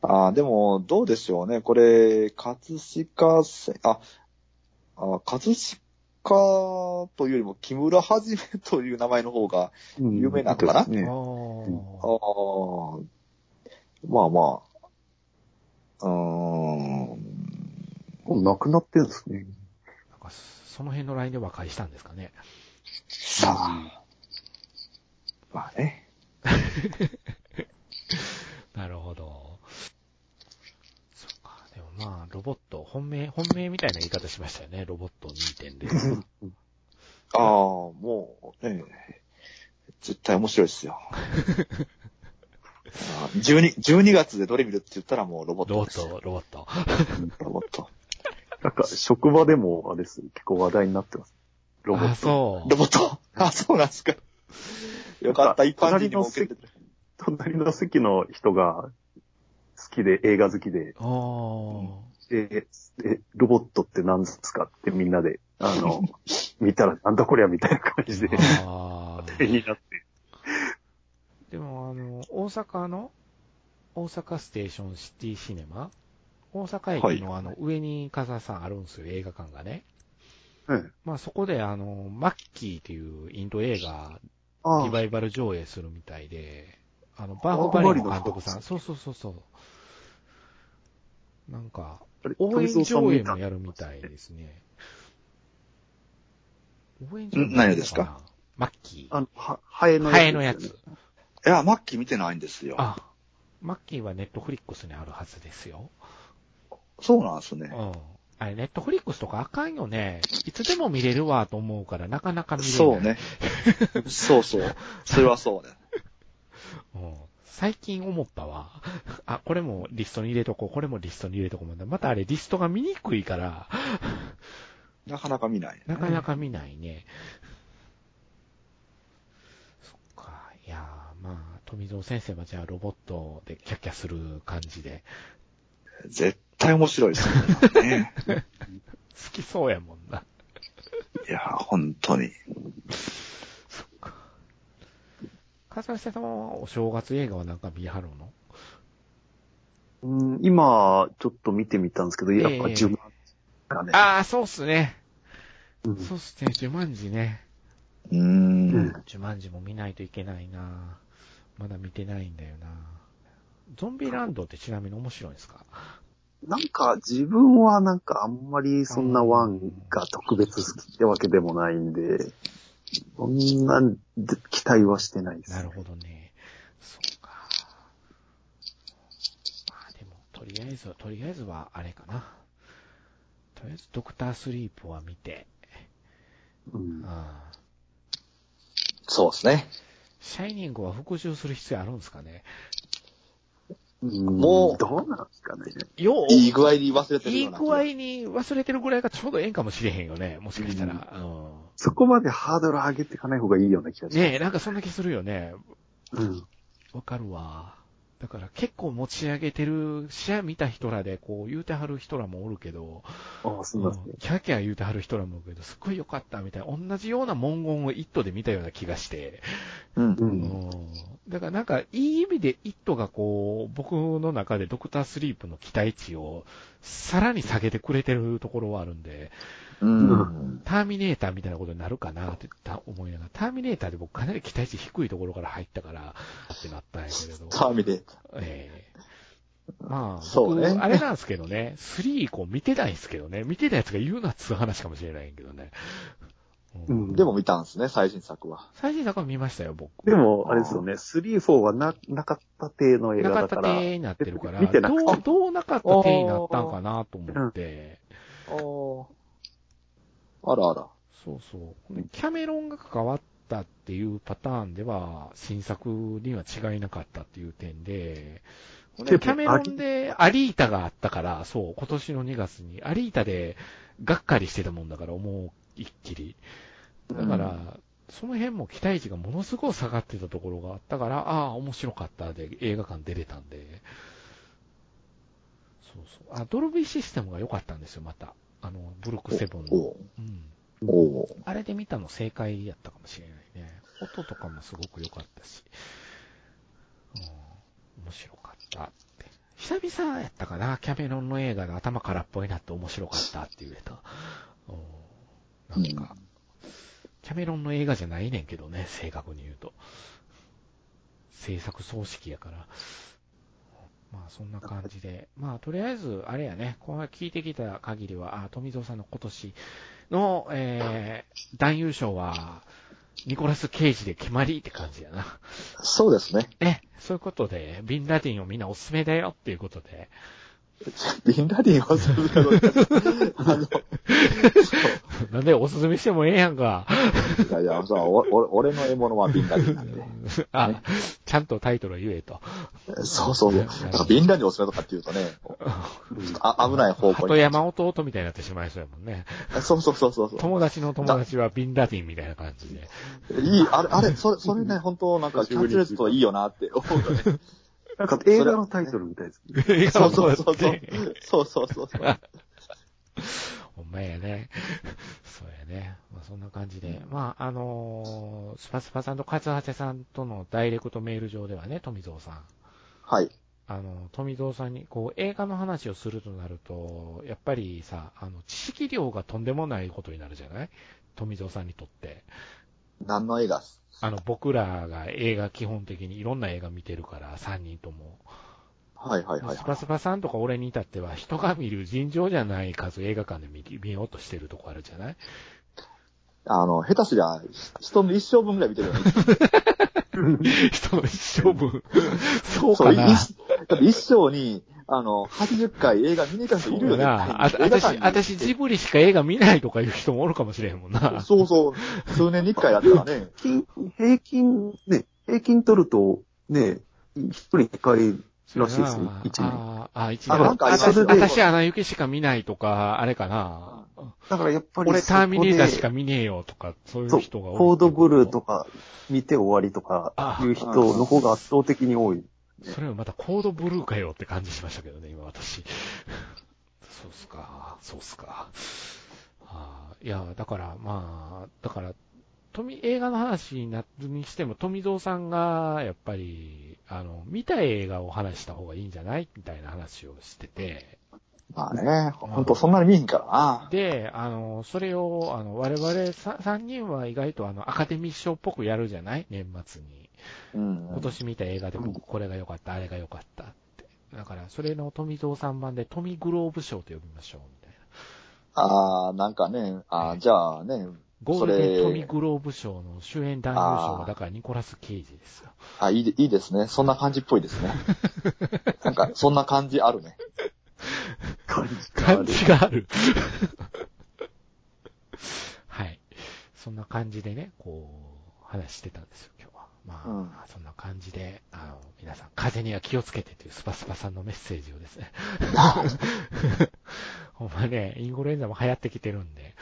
Speaker 4: あ。ああ、でも、どうでしょうね。これ、葛飾せ、あ、あ葛飾というよりも、木村はじめ [LAUGHS] という名前の方が、
Speaker 5: うん
Speaker 4: 有名なのかな
Speaker 5: そうです
Speaker 2: あ
Speaker 5: ね
Speaker 4: あ
Speaker 2: ー
Speaker 4: あ、まあまあ、うーん、
Speaker 5: もう亡くなってんですね。
Speaker 2: なんかその辺のラインで和解したんですかね。
Speaker 4: さあ。まあね。
Speaker 2: なるほど。そっか。でもまあ、ロボット、本命、本命みたいな言い方しましたよね。ロボット2.0。
Speaker 5: [LAUGHS]
Speaker 4: ああ、もう、ね絶対面白
Speaker 2: [LAUGHS]
Speaker 4: いですよ。あー 12, 12月でどれ見るって言ったらもうロボッ
Speaker 2: ロボ
Speaker 4: トです
Speaker 2: ッ
Speaker 4: よ。
Speaker 2: ト、ロボット。
Speaker 4: ロボット。
Speaker 5: なんか、職場でも、あれです。結構話題になってます。
Speaker 3: ロボ
Speaker 2: あ、
Speaker 3: ット。
Speaker 2: そう
Speaker 4: ロ。ボット。 [LAUGHS] あ、そうなんですか。よかった、一般人にも受けてて。
Speaker 5: 隣の席の人が好きで、映画好きで、
Speaker 2: あー
Speaker 5: え、えロボットって何ですかってみんなで、あ
Speaker 2: [LAUGHS]
Speaker 5: の、見たらなんだこりゃみたいな感じで、
Speaker 2: あー。
Speaker 5: 絵になって。
Speaker 2: でも、あの、大阪の、大阪ステーションシティシネマ大阪駅のあの、上に笠さんあるんですよ、映画館がね。
Speaker 5: うん。
Speaker 2: まあそこであの、マッキーっていうインド映画、
Speaker 5: あ
Speaker 2: リバイバル上映するみたいで、あの、バーフバレーの監督さん、そうそうそうそう。なんか、応援上映もやるみたいですね。応援上映
Speaker 4: ん何ですか
Speaker 2: やるのなマッキー。
Speaker 5: あの、は、ハエの
Speaker 2: ハエのやつ。。
Speaker 4: いや、マッキー見てないんですよ。
Speaker 2: あ、マッキーはネットフリックスにあるはずですよ。
Speaker 4: そうなんです
Speaker 2: う
Speaker 4: ね。
Speaker 2: ん。あれ、ネットフリックスとかあかんよね。いつでも見れるわと思うから、なかなか見れない。
Speaker 4: そうね。 [LAUGHS] そうそう。それはそうね。
Speaker 2: うん。最近思ったわ。 [LAUGHS] あ、これもリストに入れとこう、これもリストに入れとこう。またあれ、リストが見にくいから、
Speaker 4: なかなか見ない、
Speaker 2: なかなか見ないね。そっか。いやーまあ、富蔵先生はじゃあロボットでキャッキャする感じで。
Speaker 4: 絶対面白いですよ [LAUGHS] ね。
Speaker 2: 好きそうやもんな。
Speaker 4: いや、本当に。
Speaker 2: そっか。笠瀬さんはお正月映画はなんか見はるの
Speaker 5: うん、今、ちょっと見てみたんですけど、やっぱ
Speaker 2: ええ
Speaker 5: 自分がね。
Speaker 2: ああ、そうっすね。
Speaker 5: うん
Speaker 2: そうっすね、ジュマンジね。
Speaker 4: うー。
Speaker 5: うんん
Speaker 2: ジュマンジも見ないといけないなまだ見てないんだよなゾンビランドってちなみに面白いんですか
Speaker 5: なんか、自分はなんかあんまりそんなワンが特別好きってわけでもないんで、そんな期待はしてないです。
Speaker 2: なるほどね。そうか。まあでも、とりあえずは、とりあえずはあれかな。とりあえず、ドクタースリープは見て、
Speaker 5: うん
Speaker 2: ああ
Speaker 4: そうですね。
Speaker 2: シャイニングは復讐する必要あるんですかね。
Speaker 5: も
Speaker 4: も
Speaker 5: う、
Speaker 4: うん
Speaker 5: どうなんですかね。
Speaker 2: よう
Speaker 4: いい具合に忘れてる
Speaker 2: いい
Speaker 4: ような。
Speaker 2: 具合に忘れてるぐらいがちょうどええんかもしれへんよね。もしかしたら。うん
Speaker 5: そこまでハードル上げていかない方がいいような気がします。
Speaker 2: ねえ、なんかそんな気するよね。
Speaker 5: うん。
Speaker 2: わかるわ。だから結構持ち上げてる、試合見た人らでこう言うてはる人らもおるけど、
Speaker 5: ああ、すみません。
Speaker 2: キャーキャー言うてはる人らもおるけど、すっごい良かったみたいな、同じような文言を一途で見たような気がして、
Speaker 4: うん
Speaker 5: う。。
Speaker 2: うんん。だからなんかいい意味で一途がこう、僕の中でドクタースリープの期待値をさらに下げてくれてるところはあるんで、
Speaker 4: うん。
Speaker 2: ターミネーターみたいなことになるかなってた思いながら、ターミネーターで僕かなり期待値低いところから入ったからってなったんやけれど。
Speaker 4: ターミネーター
Speaker 2: ええまあ、
Speaker 4: そう
Speaker 2: 僕、
Speaker 4: ね
Speaker 2: あれなんですけどね、3以降見てないですけどね、見てたやつが言うなっつう話かもしれないけどね。う
Speaker 5: うんん
Speaker 4: でも見たんですね、最新作は。
Speaker 2: 最新作は見ましたよ、僕。
Speaker 5: でも、あれですよね、3、4はな、なかった体の映
Speaker 2: な
Speaker 5: 画
Speaker 2: か
Speaker 5: だ
Speaker 2: った
Speaker 5: から、
Speaker 2: 手になってるから、
Speaker 5: 見てなくて
Speaker 2: どう、どうなかった手になったんかなと思って、
Speaker 4: おあらあら。
Speaker 2: そうそう。キャメロンが関わったっていうパターンでは、新作には違いなかったっていう点で、キ
Speaker 5: でも
Speaker 2: ャメロンでアリータがあったから、そう、今年の2月に、アリータでがっかりしてたもんだから、思う一きり。だから、その辺も期待値がものすごく下がってたところがあったから、ああ、面白かったで映画館出れたんで。そうそう。あ、ドルビーシステムが良かったんですよ、また。あの、ブルックセブンの。
Speaker 4: お
Speaker 2: うん。
Speaker 4: お
Speaker 2: あれで見たの正解やったかもしれないね。音とかもすごく良かったし。うん、面白かったって。久々やったかな、キャメロンの映画が頭空っぽになって面白かったって言えた。うんなんか、キャメロンの映画じゃないねんけどね、正確に言うと。制作葬式やから。まあそんな感じで。まあとりあえず、あれやね、この聞いてきた限りは、あ、富蔵さんの今年の、えー、男優賞は、ニコラス・ケイジで決まりって感じやな。
Speaker 4: そうですね。 [LAUGHS]
Speaker 2: ね、そういうことで、ビンラディンをみんなおすすめだよっていうこと
Speaker 4: [LAUGHS]
Speaker 2: で。
Speaker 4: [LAUGHS] ビンラディンはするかどうか。あの、
Speaker 2: なんでおすすめしてもええやんか。
Speaker 4: いやいや、そう、お俺俺の獲物はビンラディンなんで。
Speaker 2: あ、ちゃんとタイトル言えと。
Speaker 4: そうそうそう。なんかビンラディンおすすめとかって言うとね、あ危ない方向
Speaker 2: 鳩
Speaker 4: に。
Speaker 2: 山弟みたいになってしまいそうやもんね。
Speaker 4: そうそうそうそうそ
Speaker 2: 友達の友達はビンラディンみたいな感じで。
Speaker 4: う。いい、あれ、あれ、それ、それね、本当なんか、キャンセルといいよなって思うよね。
Speaker 5: なんか映画のタイトルみたいです。
Speaker 4: そうそうそうそう。そうそうそうそう。
Speaker 2: ほんまやね。 [LAUGHS] そうやね。まあ、そんな感じで。まあ、あのースパスパさんとカツハセさんとのダイレクトメール上ではね、富蔵さん。
Speaker 4: はい。
Speaker 2: あの、富蔵さんに、こう、映画の話をするとなると、やっぱりさ、あの、知識量がとんでもないことになるじゃない富蔵さんにとって。
Speaker 4: 何の映画っす
Speaker 2: あの、僕らが映画基本的にいろんな映画見てるから、3人とも。
Speaker 4: はいはいはい
Speaker 2: ス
Speaker 4: は
Speaker 2: パスパさんとか俺に至っては、人が見る尋常じゃない数映画館で見見ようとしてるとこあるじゃない
Speaker 4: い。あの、下手すりゃ、人の一生分ぐらい見てるよね。
Speaker 2: 人の一生分。そう
Speaker 4: そ
Speaker 2: か
Speaker 4: う、い
Speaker 2: な。
Speaker 4: だって一生に、あの、80回映画見に行った人いるよね。
Speaker 2: なあ
Speaker 4: 絶
Speaker 2: あ
Speaker 4: 対に
Speaker 2: たし、あたしジブリしか映画見ないとかいう人もおるかもしれへんもんな。
Speaker 4: そうそう、数年に1回だったらね。
Speaker 5: 平均、平均、ね、平均取ると、ね、一人一回らしいですね
Speaker 2: あ。ー
Speaker 5: 一年。
Speaker 2: あー、あー一
Speaker 4: あな
Speaker 2: 年。
Speaker 4: んかあり
Speaker 2: あた
Speaker 4: ま
Speaker 5: す
Speaker 2: し、
Speaker 5: よね
Speaker 2: あたし穴行きしか見ないとか、あれかな。
Speaker 5: だからやっぱり
Speaker 2: 俺
Speaker 5: そこ
Speaker 2: ター
Speaker 5: で
Speaker 2: ミネーターしか見ねえよとか、そういう人が多い。
Speaker 5: コードブルーとか見て終わりと
Speaker 2: あ
Speaker 5: かいう人の方が圧倒的に多い。
Speaker 2: それもまたコードブルーかよって感じしましたけどね、今私。そうっすか、そうっすか。あーいや、だから、まあ、だから、富、映画の話になるにしても、富蔵さんが、やっぱり、あの、見た映画を話した方がいいんじゃないみたいな話をしてて、
Speaker 4: まあね、ほんとそんなに見えへんからな。
Speaker 2: で、あの、それを、あの、我々3人は意外と、あの、アカデミー賞っぽくやるじゃない年末に。
Speaker 4: うん。
Speaker 2: 今年見た映画で僕これが良かった、あれが良かったって。だから、それの富蔵さん版で富グローブ賞と呼びましょう、みたいな。
Speaker 4: ああ、なんかね、ああ、じゃあね、
Speaker 2: ゴールデン
Speaker 4: そ
Speaker 2: 富
Speaker 4: れ
Speaker 2: グローブ賞の主演男優賞
Speaker 4: あ
Speaker 2: が、
Speaker 4: ー
Speaker 2: だからニコラス・ケイジですよ。
Speaker 4: あいいで、いいですね。そんな感じっぽいで
Speaker 2: [LAUGHS]
Speaker 4: すね。なんか、そんな感じあるね。
Speaker 2: 感じがある。はい。そんな感じでね、こう、話してたんですよ、今日は。まあ、そんな感じで、あの、皆さん、風邪には気をつけてというスパスパさんのメッセ [LAUGHS] ージをですね。ほんまね、インフルエンザも流行ってきてるんで、